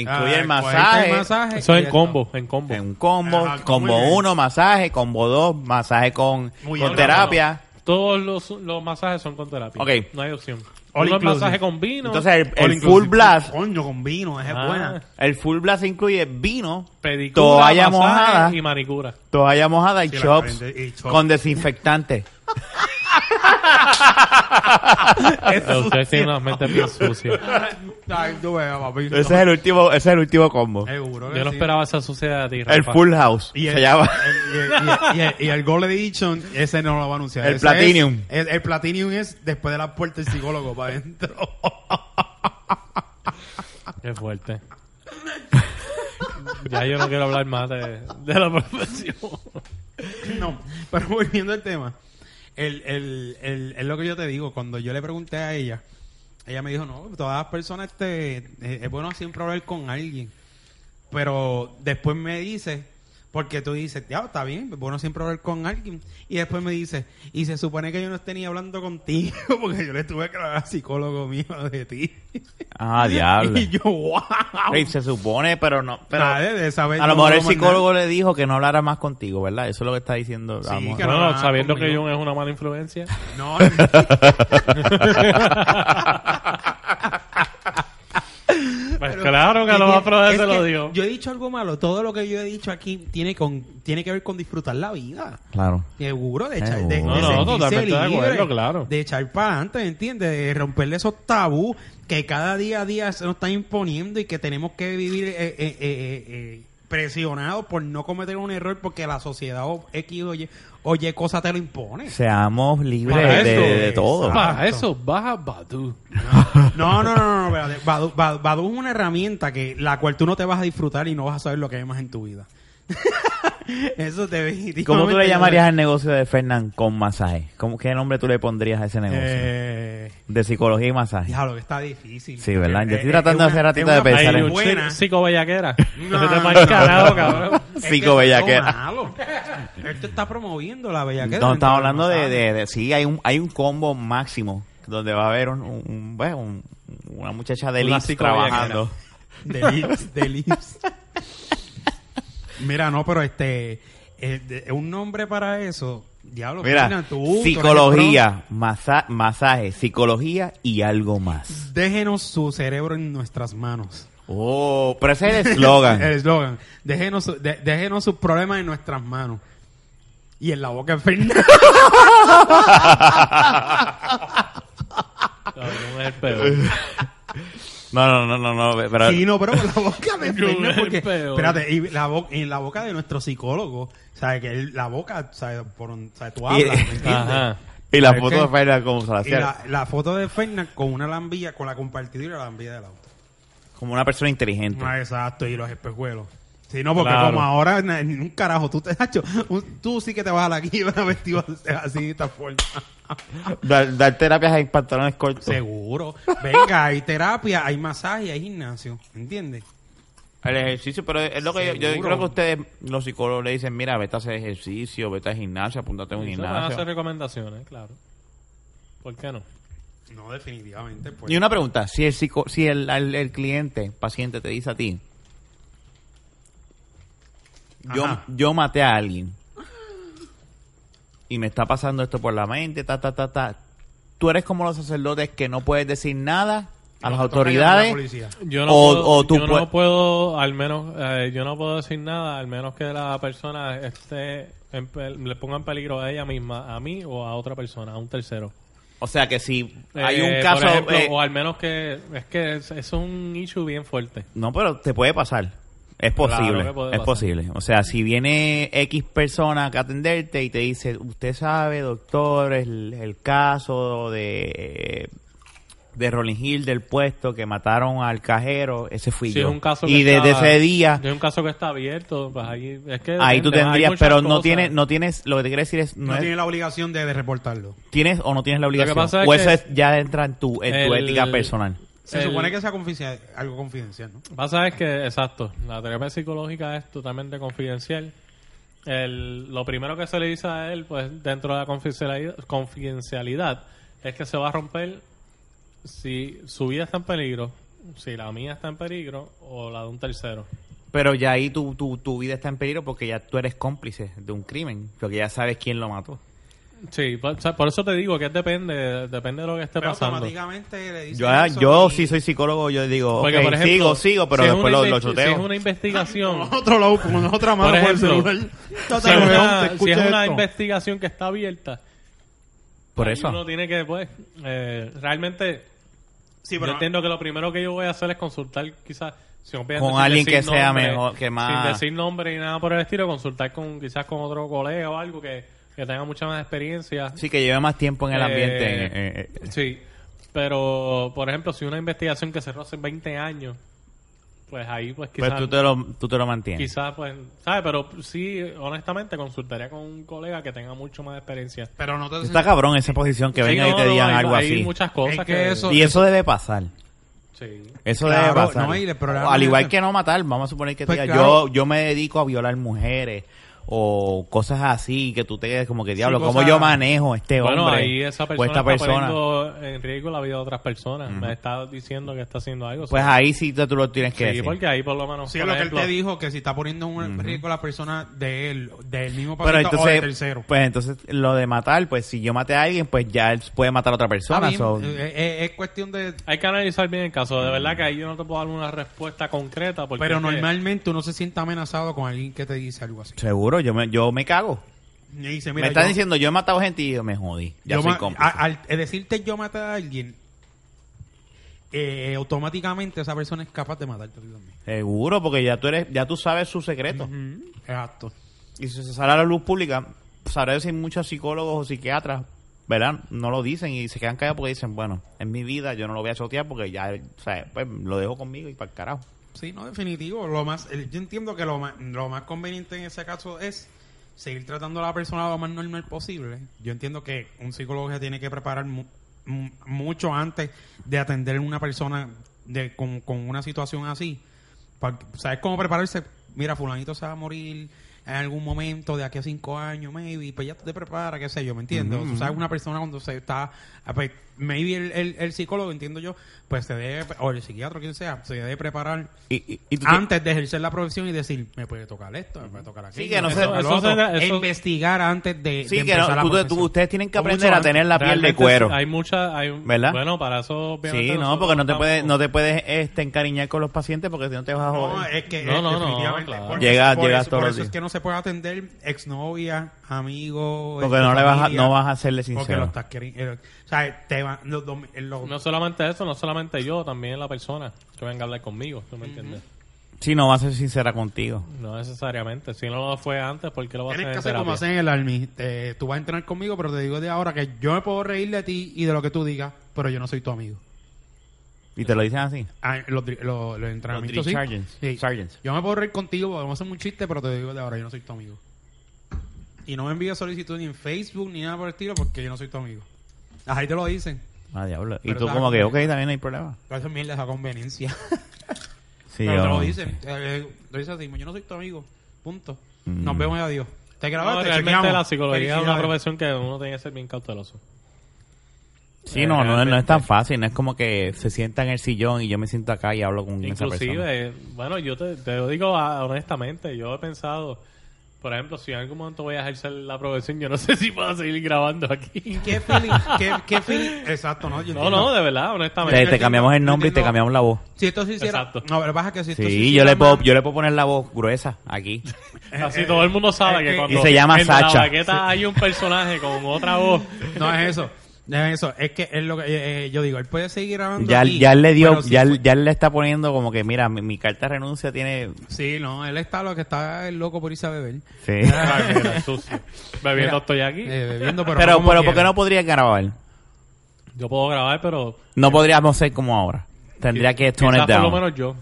Ah, incluye el cogerte el masaje. masaje Eso y es en esto. combo, en combo. En un combo, Ajá, combo muy bien. 1, masaje, combo 2, masaje con, Muy con bien. terapia. Todos los, los masajes son con terapia. Ok. No hay opción. All Uno es inclusive. masaje con vino. Entonces el, All el inclusive. full blast, Coño, con vino, esa es Ah. buena. el full blast incluye vino, pedicura, toalla masaje mojada. y manicura. toalla mojada y Sí, la chops caliente- y chops. con desinfectante. Usted tiene una mente bien sucia. Ay, tú veas, papi. Ese es el último, ese es el último combo. Seguro que Yo no sí. esperaba esa suciedad de ti. El Rafa. full house Y se llama. el- y el- y el- y el Gold Edition, ese no lo va a anunciar. El Ese Platinum. es- el, el Platinum es después de la puerta del psicólogo para adentro. Qué fuerte. ya yo no quiero hablar más de, de la profesión. no, pero volviendo al tema. El, el, el- es lo que yo te digo. Cuando yo le pregunté a ella, ella me dijo, no, todas las personas este, eh, es bueno siempre hablar con alguien. Pero después me dice, porque tú dices, ya, está bien, es bueno siempre hablar con alguien. Y después me dice, y se supone que yo no esté ni hablando contigo porque yo le tuve que hablar al psicólogo mío de ti. Ah, diablo. Y yo, wow. Ey, se supone, pero no. Pero Nadie de saber a lo cómo mejor el vamos a psicólogo le dijo que no hablara más contigo, ¿verdad? Eso es lo que está diciendo. Sí, Ramón. que Bueno, no, sabiendo que conmigo. John es una mala influencia. No, no. Pues claro que Es lo más probable es se lo que dio. Yo he dicho algo malo. Todo lo que yo he dicho aquí tiene con tiene que ver con disfrutar la vida. Claro. Seguro de echar de, Seguro. de No, no, sentirse totalmente de libre, acuerdo, claro. de echar para adelante, ¿entiendes? De romperle esos tabú que cada día a día se nos están imponiendo y que tenemos que vivir eh, eh, eh, eh, eh, presionados por no cometer un error porque la sociedad o X oye, oye cosa te lo impone. Seamos Para libres de, eso. de todo. Exacto. Para Ah, eso, baja Badu. No, no, no, no, no, espérate. Badu, Badu- Badu es una herramienta que la cual tú no te vas a disfrutar y no vas a saber lo que hay más en tu vida. Eso te ¿Y ¿Cómo tú le llamarías al negocio de Fernán con masaje? ¿Cómo, ¿Qué nombre tú le pondrías a ese negocio? Eh, de psicología y masaje. diablo, que está difícil. Sí, ¿verdad? Eh, Yo estoy eh, tratando es de hacer una- ratito es de una pensar Ahí, en- película buena. un psico bellaquera. No, Vete no, pa'l no. carajo, cabrón. Es que Psico esto es bellaquera. malo. Esto está promoviendo la bellaquera. No, dentro estamos hablando del de, masaje. de- de- Sí, hay un, hay un combo máximo donde va a haber un, un- bueno, un- una muchacha de Una Lips psicobellaquera. trabajando. De lips, de lips. Mira, no, pero este. eh, de- un nombre para eso. Diablo, Mira, Ferdinand, tú- tú eres el psicología, masa- masaje, psicología y algo más. pro. Déjenos su cerebro en nuestras manos. Oh, pero ese es el eslogan. El eslogan. Déjenos, su- de- déjenos sus problemas en nuestras manos. Y en la boca de Fernando. Cabrón, es el peor. No, no, no, no, no, pero Sí, no, pero en la boca de Yo Fernando. el Porque, peor. espérate, y la bo- en la boca de nuestro psicólogo. ¿Sabes? Que él- la boca, ¿sabes? Por un- ¿sabes? Tú Y- hablas, ¿me entiendes? Ajá. y la ¿Es foto que- de Fernán como se la Y hacía. la, la foto de Fernan con una lambilla, con la compartidora y la lambilla del auto. como una persona inteligente. Ah, exacto, y los espejuelos. Sí, no, porque Claro. como ahora, na- ni un carajo, tú te Nacho, un- tú sí que te vas a la quiebra vestido así de esta forma. Dar, dar terapias en pantalones cortos. Seguro. Venga, hay terapia, hay masaje, hay gimnasio, ¿entiendes? El ejercicio, pero es lo que yo- yo, Seguro. creo que ustedes, los psicólogos, le dicen, mira, vete a hacer ejercicio, vete al gimnasio, apúntate a un Eso van a hacer gimnasio. recomendaciones, claro. ¿Por qué no? No, definitivamente. Pues. Y una pregunta, si el psico- si el, al- el cliente, paciente, te dice a ti, yo, Ajá. yo maté a alguien y me está pasando esto por la mente, ta, ta, ta, ta. Tú eres como los sacerdotes que no puedes decir nada a las Toca llamar a la autoridades. policía. Yo no, O- puedo, o tú yo pue- no puedo, al menos, eh, yo no puedo decir nada, al menos que la persona esté en pel- le ponga en peligro a ella misma, a mí o a otra persona, a un tercero. O sea que si hay Eh, un por caso... ejemplo, eh, o al menos que es que es, es un issue bien fuerte. No, pero te puede pasar. Es Claro posible. que puede es pasar. posible. O sea, si viene X persona que atenderte y te dice, usted sabe, doctor, el, el caso de de Rolling Hill del puesto que mataron al cajero, ese fui Si yo. es un caso que y desde está- ese día si es un caso que está abierto, pues ahí es que ahí tú depende, hay tendrías, muchas pero no cosas. tienes no tienes lo que te quiero decir es no, No es- tiene la obligación de, de reportarlo. tienes o no tienes la obligación. pasa es o que eso es- ya entra en tu en tu el- ética personal. Se El- supone que sea confidencial, algo confidencial, ¿no? Pasa es que, exacto, la terapia psicológica es totalmente confidencial. El, lo primero que se le dice a él, pues dentro de la confidencialidad, confidencialidad, es que se va a romper si su vida está en peligro, si la mía está en peligro o la de un tercero. Pero ya ahí tu, tu, tu vida está en peligro porque ya tú eres cómplice de un crimen, porque ya sabes quién lo mató. Sí, por, o sea, por eso te digo que depende, depende de lo que esté Pero pasando. automáticamente le dicen Yo, ah, eso yo y- sí soy psicólogo, yo digo, Porque, ok, por ejemplo, sigo, sigo, pero si es después una lo, lo investi- Si choteo. es una investigación, Con otro lado, con otra mano Por por el ejemplo, celular. si es una, si es Escucha una esto. investigación que está abierta, Por ahí eso. uno tiene que, pues, eh, realmente Sí, yo pero entiendo que lo primero que yo voy a hacer es consultar quizás si no pienso, Con sin alguien que decir sea nombre, mejor, que más- sin decir nombre y nada por el estilo consultar con quizás con otro colega o algo que, que tenga mucha más experiencia Sí, que lleve más tiempo en el Eh, ambiente. eh, eh, eh. Sí. pero por ejemplo si una investigación que cerró hace 20 años pues ahí pues pero quizás eh, tú te lo, tú te lo mantienes. quizás pues sabes pero sí honestamente consultaría con un colega que tenga mucho más experiencia pero no te Está cabrón esa posición que Sí, venga no, y te no, digan hay- algo hay así. muchas cosas Es que que, eso- Y eso debe pasar. sí. Eso Claro, debe pasar. no, y el programa- Al igual que no matar, vamos a suponer que te Pues diga, claro. yo, yo me dedico a violar mujeres o cosas así, que tú te quedes como que, diablo, ¿cómo cosas- yo manejo este Bueno, hombre? ahí esa o persona esta está persona. poniendo en riesgo la vida de otras personas. Me está diciendo que está haciendo algo. Pues ahí sí te- tú lo tienes sí, que decir. porque ahí por lo menos. Sí, por lo ejemplo, que él te dijo, que si está poniendo en un riesgo a la persona de él, del mismo Pero paciente o del entonces, tercero. pues entonces lo de matar, pues si yo maté a alguien, pues ya él puede matar a otra Está persona. bien, so- eh, eh, es cuestión de... Hay que analizar bien el caso. De verdad que ahí yo no te puedo dar una respuesta concreta. Porque Pero es que- normalmente uno se siente amenazado con alguien que te dice algo así. seguro, yo me, yo me cago. Y dice, mira, me están yo- diciendo, yo he matado gente y yo me jodí. Ya yo soy ma- ah, cómplice. a- al decirte yo maté a alguien, eh, automáticamente esa persona es capaz de matarte a ti también. Seguro, porque ya tú eres, ya tú sabes su secreto. Exacto. Y si se sale a la luz pública, sabré si muchos psicólogos o psiquiatras, ¿verdad? No lo dicen y se quedan callados porque dicen, bueno, en mi vida yo no lo voy a chotear porque ya, o sea, pues lo dejo conmigo y para el carajo. Sí, no, definitivo. Lo más, el- yo entiendo que lo más, lo más conveniente en ese caso es seguir tratando a la persona lo más normal posible. Yo entiendo que un psicólogo se tiene que preparar mu- mu- mucho antes de atender a una persona de, con, con una situación así. Pa- ¿Sabes cómo prepararse? Mira, fulanito se va a morir en algún momento de aquí a cinco años, maybe, pues ya tú te preparas, qué sé yo, ¿me entiendes? O tú sabes, una persona cuando se está, ah, pues, maybe el, el- el psicólogo, entiendo yo, pues se debe, o el psiquiatra, quien sea, se debe preparar Y, y- y tú- antes de ejercer la profesión y decir, me puede tocar esto, me puede tocar aquello. Sí, que no me se- puede tocar eso lo otro. será- eso- Investigar antes de, sí, de que no, empezar la tú- tú- profesión. ustedes tienen que O mucho aprender a antes. tener la piel de realmente cuero. sí, Hay muchas. Hay, ¿Verdad? Bueno, para eso. obviamente, Sí, no, nosotros porque no te estamos- puedes, no te puedes este, encariñar con los pacientes porque si no te vas a joder. No, eh, es que No, es no, no, definitivamente. claro. por- Llega- por llega eso, todos por los eso es días. que no se puede atender exnovia, amigo. porque este, no le vas a, familia, no vas a serle Porque lo sincero. estás queriendo. eh, O sea, te van. Los, dos- eh, los- No solamente eso, no solamente yo, también la persona que venga a hablar conmigo. ¿Tú me entiendes? Sí, no va a ser sincera contigo. No necesariamente. Si no lo fue antes, ¿por qué lo va a hacer Tienes que en hacer como terapia? hacen en el Army. Te- tú vas a entrenar conmigo, pero te digo de ahora que yo me puedo reír de ti y de lo que tú digas, pero yo no soy tu amigo. Y te lo dicen así. Ah, los, dri- los- los entrenamientos, drill sí. sergeants. Sí. Sergeants. Yo me puedo reír contigo, podemos hacer un chiste, pero te digo de ahora, yo no soy tu amigo. Y no me envíes solicitud ni en Facebook ni nada por el estilo porque yo no soy tu amigo. Ahí te lo dicen. Ah, diablo. Y Pero tú está como que, ok, bien. también no hay problema. Pero eso es mierda esa conveniencia. Sí, pero te yo- lo dicen. Eh, eh, lo dicen así, yo no soy tu amigo. Punto. Mm. Nos vemos y adiós. Te grabaste, No, te realmente chequeamos. la psicología es una Felicidades. profesión que uno tiene que ser bien cauteloso. Sí, no, no, no es tan fácil. No es como que se sienta en el sillón y yo me siento acá y hablo con esa persona. Inclusive, eh, bueno, yo te, te lo digo ah, honestamente, yo he pensado, por ejemplo, si en algún momento voy a ejercer la profesión, yo no sé si puedo seguir grabando aquí. ¿Qué feeling? ¿Qué, qué feeling? Exacto, no, yo No, entiendo. no, de verdad, Te, honestamente. te cambiamos el nombre y te Entiendo. cambiamos la voz. Si esto se hiciera... Exacto. No, pero pasa que si esto se Sí, hiciera yo le puedo, más- yo le puedo poner la voz gruesa aquí. Así todo el mundo sabe es que- que cuando Y se llama en Sacha. la baqueta hay un personaje con otra voz. No es eso. No es eso. Es que es lo que eh, eh, yo digo. Él puede seguir grabando Ya, aquí, ya él le dio, pero si ya, él- fue- ya él le está poniendo como que, mira, mi, mi carta de renuncia tiene... Sí, no. Él está lo que está el loco por irse a beber. Sí. Ay, mira, sucio. Bebiendo Mira, estoy aquí. eh, bebiendo, pero, Pero, pero, como ¿por qué quiera. no podrías grabar? Yo puedo grabar, pero... No podríamos ser como ahora. Tendría que tone quizás it down. por lo menos yo.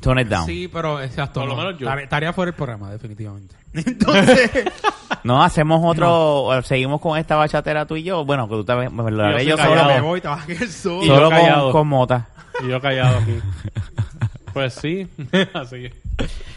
Tone it down. Sí, pero exacto. Por lo no. menos yo. Tare- Tarea, fuera el programa, definitivamente. No, hacemos otro... o Seguimos con esta bachatera tú y yo. Bueno, que tú te ves- me lo haré Yo yo soy callado. me solo. voy, te vas a quedar solo. Y yo Solo con, callado. con mota. Y yo callado aquí. Pues sí, así es.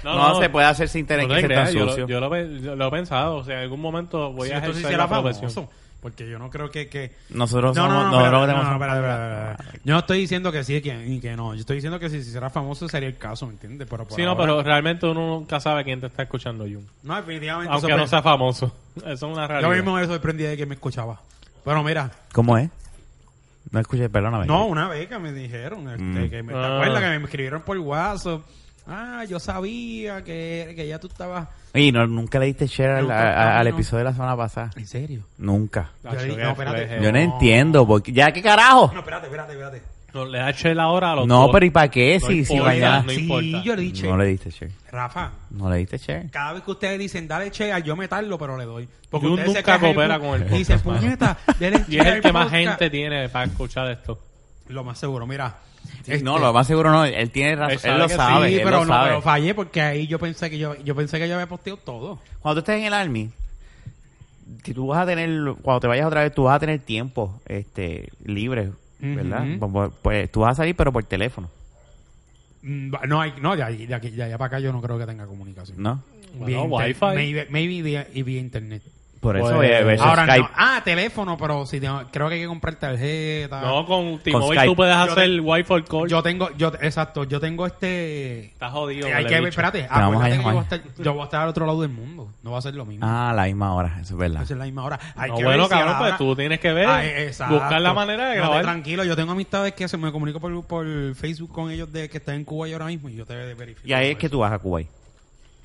No, se puede hacer sin tener No que te ser Ah, tan creas, yo, sucio. lo, yo lo he- yo lo he pensado. O sea, en algún momento voy Si a esto se ejercer hiciera la profesión. famoso. Porque yo no creo que... que... Nosotros No, somos... no, no, nosotros espérate, tenemos- no, no, espérate, espérate, espérate. Yo no estoy diciendo que sí y que, y que no. Yo estoy diciendo que si se hiciera famoso sería el caso, ¿me entiendes? Pero por Sí, no, ahora- pero realmente uno nunca sabe quién te está escuchando, Jun. No, definitivamente. Aunque no sea famoso. Eso es una Yo realidad. mismo me sorprendí de que me escuchaba. Pero mira, ¿Cómo es? No escuché, perdóname. no, una vez que me dijeron, este, Mm. que me, ¿te Ah. acuerdas que me escribieron por WhatsApp? Ah, yo sabía que, que ya tú estabas... Y no, nunca le diste share al, Nunca, a- a- al no. episodio de la semana pasada. ¿En serio? Nunca. Tacho, Yo dije, qué no, espérate. fleje. Yo No. no entiendo. Porque, ¿Ya qué carajo? No, espérate, espérate, espérate. No, le da shell ahora a los No, dos. pero ¿y para qué? Si, si importa. mañana... no importa. yo le dije, No le diste share. Rafa, No le diste share. cada vez que ustedes dicen, dale che, a yo metarlo, pero le doy. Porque Yo ustedes se nunca quejan y coopera pu- con el y Dicen, podcast, puñeta, dale Y es che el al que más podcast". gente tiene para escuchar esto. Lo más seguro, mira. este, No, lo más seguro no. Él tiene Él razón. Él, sabe lo que sabe. sí, él pero lo no, sabe. pero fallé porque ahí yo pensé que yo, yo pensé que yo había posteado todo. Cuando tú estés en el Army, que tú vas a tener... Cuando te vayas otra vez, tú vas a tener tiempo este libre. ¿Verdad? Ujú. Pues- pues, tú vas a salir, pero por teléfono. Mm, No, hay, no de, ahí, de, aquí, de allá para acá yo no creo que tenga comunicación. ¿No? Bueno, Vía inter- Wi-Fi. Maybe, maybe vía, y vía internet. Por eso Pues, eh, versus Ahora Skype. no. Ah, teléfono, pero si tengo- creo que hay que comprar tarjeta. No, con T-Mobile Skype. tú puedes hacer Ah. te- Wi-Fi call. Yo tengo, yo, exacto, yo tengo este... Está jodido. hay vale, que ver, bicho. espérate, vamos acuérdate a que yo voy a, llamar. estar, yo voy a estar al otro lado del mundo. No va a ser lo mismo. Ah, a la misma hora. Eso es Va verdad. a ser la misma hora. Hay No, que bueno, ver si cabrón, ahora- pues tú tienes que ver. Ah, eh, exacto. buscar la manera de No, te- grabar. tranquilo, yo tengo amistades que se me comunico por, por Facebook con ellos de que están en Cuba y ahora mismo y yo te verifico. Y ahí es que eso. tú vas a Kuwait.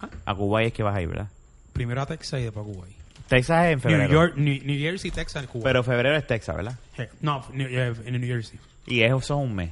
¿Ah? A Kuwait es que vas a ir, ¿verdad? Primero a Texas y después a Cuba. Texas es en febrero. New, York, New, New Jersey, Texas, Cuba. Pero febrero es Texas, ¿verdad? Eh, no, New- eh, en New Jersey. Y eso es un mes.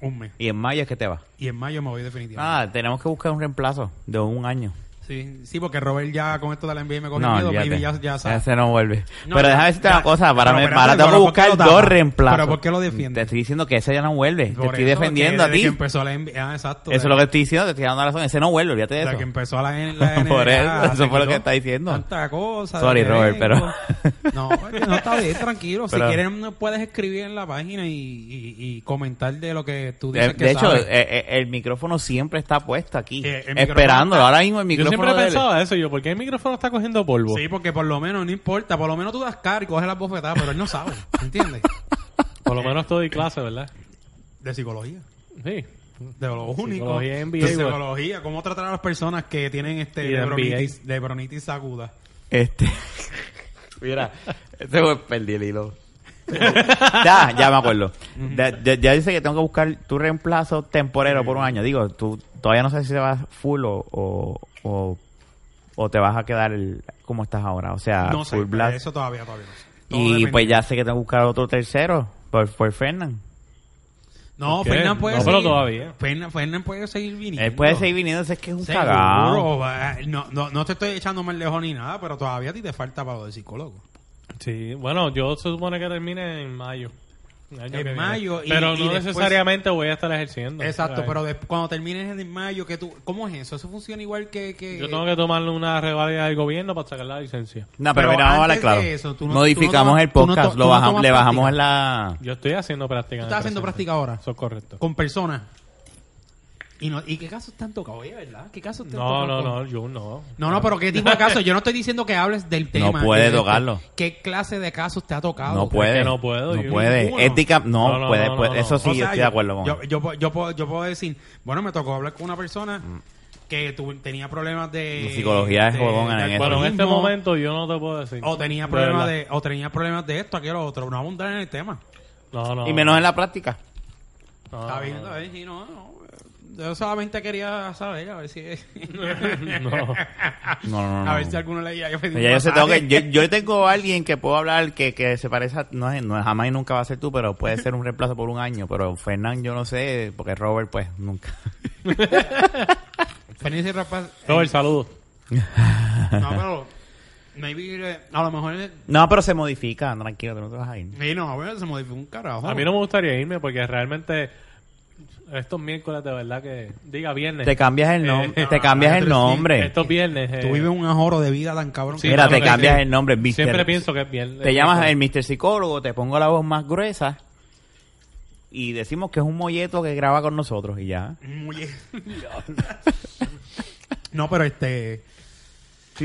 Un mes. Y en mayo es que te vas. Y en mayo me voy definitivamente. Ah, tenemos que buscar un reemplazo de un año. Sí, sí, porque Robert ya con esto de la NBA me cogió no, miedo. olvídate. baby, ya, ya sabe. Ese no vuelve. No, ya, pero déjame decirte ya. una cosa. Para Pero mí, espérate, para tengo que pero ¿por qué buscar lo dos tapa? reemplazos. ¿Pero por qué lo Te defiendes? estoy diciendo que ese ya no vuelve. Por te estoy eso, defendiendo que a desde ti. que Eso empezó la NBA. Ah, exacto. es lo que estoy diciendo. Te estoy dando la razón. Ese no vuelve. Olvídate de desde eso. que empezó la, N- la NBA. Por eso, eso se fue lo que quitó está diciendo. Tanta cosa. Sorry, de Robert, elenco. pero- No, es que no está bien, tranquilo. Pero- Si quieren, no puedes escribir en la página y, y, y comentar de lo que tú De, dices que de hecho, sabes. eh, eh, el micrófono siempre está puesto aquí. Eh, el micrófono esperando. está- Ahora mismo el Yo micrófono. siempre he del- pensado eso. Yo, ¿por qué el micrófono está cogiendo polvo? Sí, porque por lo menos no importa, por lo menos tú das cara y coges las bofetadas, pero él no sabe, ¿entiendes? Por lo menos todo y clase, ¿verdad? De psicología. Sí. De lo único. Psicología NBA, de güey. psicología, cómo tratar a las personas que tienen este Y de bronitis, de bronitis aguda. Este. Mira, este fue- perdí el hilo. ya, ya me acuerdo. Ya, ya- ya dice que tengo que buscar tu reemplazo temporero por un año. Digo, tú todavía no sé si te vas full o, o, o, o te vas a quedar el- como estás ahora. O Ah, sea, no sé, full blast. eso todavía, todavía no sé. Todo Y depende. pues ya sé que tengo que buscar otro tercero por, por Fernan. No, ¿Qué? Fernan puede No, pero seguir. todavía. Fernan, Fernan puede seguir viniendo. Él puede seguir viniendo, es que es un Seguro, cagado. va- No, no, no te estoy echando más lejos ni nada, pero todavía a ti te falta para lo de psicólogo. Sí, bueno, yo se supone que termine en mayo. El año En que viene. mayo y- pero y no después- necesariamente voy a estar ejerciendo. Exacto, ¿sabes? pero de- cuando termines en mayo, que tú, ¿cómo es eso? ¿Eso funciona igual que...? que Yo tengo que tomarle una revalida del gobierno para sacar la licencia. No, pero, Pero mira, vamos a hablar antes claro. de eso, tú no- tú no Modificamos tomas- el tú no to- podcast, tú lo no bajam- tomas le bajamos práctica. la... Yo estoy haciendo ¿Tú práctica. en estás el haciendo presente. práctica ahora? Eso es correcto. ¿Con personas? Y, no, ¿Y qué casos te han tocado? Oye, ¿verdad? ¿Qué casos te han No, tocado? no, no, yo no. No, no, pero ¿qué tipo de casos? Yo no estoy diciendo que hables del tema. eh, puede de esto. tocarlo. ¿Qué clase de casos te ha tocado? No puede. que no puedo, No yo- puede. ninguno. Ética, no, No, no, puede, no, no, puede. no. Eso sí, O yo sea, estoy de acuerdo con yo, él. yo, puedo- yo, puedo, yo puedo decir, bueno, me tocó hablar con una persona que tuvo- tenía problemas de... La psicología es de- jodona de en eso. Bueno, en este alcoholismo, momento yo no te puedo decir. O tenía, problemas de, o tenía problemas de esto, aquello, lo otro. No vamos a entrar en el tema. verdad. No, no. Y menos en la práctica. no, Está no, bien, no. está bien, sí, no, no. Yo solamente quería saber, a ver si... No. No, no, no. a ver si alguno le había pedido Ah. Ya yo, sé, masaje. tengo que- yo, yo tengo a alguien que puedo hablar que, que se parece a, no, es- no, jamás y nunca va a ser tú, pero puede ser un reemplazo por un año. Pero Fernán, yo no sé, porque Robert, pues, nunca. Feliz y rapaz. Robert, saludos. No, pero... Maybe, eh, a lo mejor... eh, No, pero se modifica, tranquilo, tú no te vas a ir. Sí, no, bueno, se modificó un carajo. A mí no me gustaría irme porque realmente estos miércoles de verdad que diga viernes. Te cambias el nombre, Eh, te cambias el pero sí, nombre. Estos viernes. eh, Tú vives un ajoro de vida tan cabrón. sí, Mira, claro te que cambias sí. el nombre, Mr. Siempre pienso que es viernes. Te llamas el Mr. Psicólogo, te pongo la voz más gruesa y decimos que es un molleto que graba con nosotros y ya. Muy- no, pero este... Tú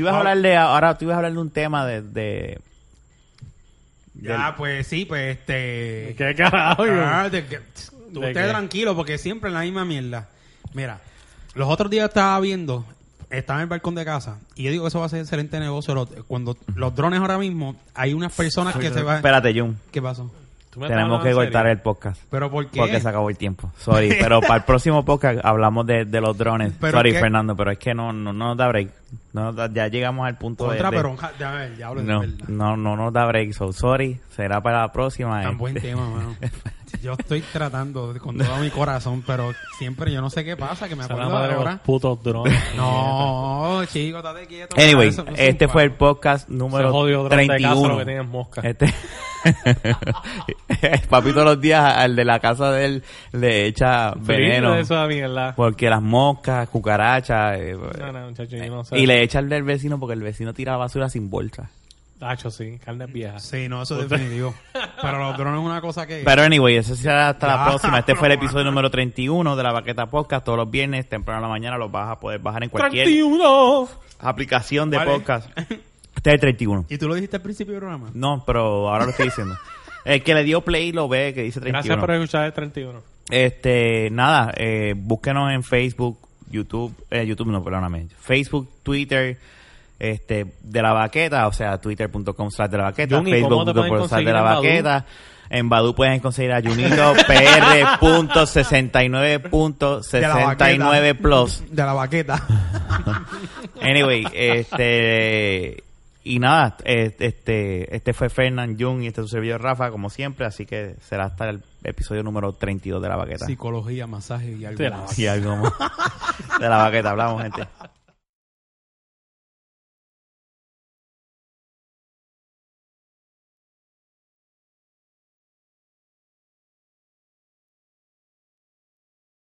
Ah. ibas a hablar de, ahora tú ibas a hablar de un tema de... de Ya, pues sí, pues este... ¿Qué carajo? yo? Ah, de que- tú ¿De esté qué? tranquilo porque siempre es la misma mierda. Mira, los otros días estaba viendo, estaba en el balcón de casa y yo digo que eso va a ser excelente negocio. los- cuando los drones ahora mismo, hay unas personas que se van... Espérate, Jun. ¿Qué pasó? ¿Tú me estás Tenemos hablando que en cortar serio? el podcast. ¿Pero por qué? Porque se acabó el tiempo. Sorry, pero para el próximo podcast hablamos de, de los drones. Pero Sorry, qué- Fernando, pero es que no, no, no nos da break. No nos da- ya llegamos al punto de- Contra, de... pero... ja, Ya, ver, ya hablo no, de verdad. no, no nos da break. So sorry, será para la próxima. Tan buen este. tema, mano. Yo estoy tratando de- con todo mi corazón, pero siempre yo no sé qué pasa, que me Esa es acuerdo la madre de los ahora. putos drones. No, chico, estate quieto. Anyway, Eso no es un este fue el palo. podcast Se jodió número Dron de casa, lo 31. que tienes mosca. Este... El Este Papi todos los días al de la casa de él le echa veneno. Pues, Sí, eso es mierda. Porque las moscas, cucarachas... eh, No, no, muchacho, yo no sé. Y le echa al del vecino porque el vecino tira basura sin bolsa. Tacho, sí, carne vieja. Sí, no, eso es definitivo. Pero los drones es una cosa que... Pero anyway, eso será hasta la Ya, próxima. Este fue el no, episodio número 31 de la Baqueta Podcast. Todos los viernes, temprano en la mañana, los vas a poder bajar en cualquier 31. aplicación de ¿Cuál es? podcast. Este es el 31. ¿Y tú lo dijiste al principio del programa? No, pero ahora lo estoy diciendo. El que le dio play lo ve, que dice 31. Gracias por escuchar el 31. Este, nada, eh, búsquenos en Facebook, YouTube, eh, YouTube no, perdóname, Facebook, Twitter, este, de la baqueta, o sea, twitter.com slash de la baqueta, Jun, ¿y cómo te pueden facebook.com slash de la conseguir en Badoo? baqueta. En Badu pueden conseguir a Junito PR.69.69 plus. De la baqueta. Anyway, este y nada, eh, este este fue Fernand Jun y este su servidor Rafa como siempre, así que será hasta el episodio número 32 de la baqueta. Psicología, masaje y algo Te la más. Y algo más. De la baqueta hablamos, gente.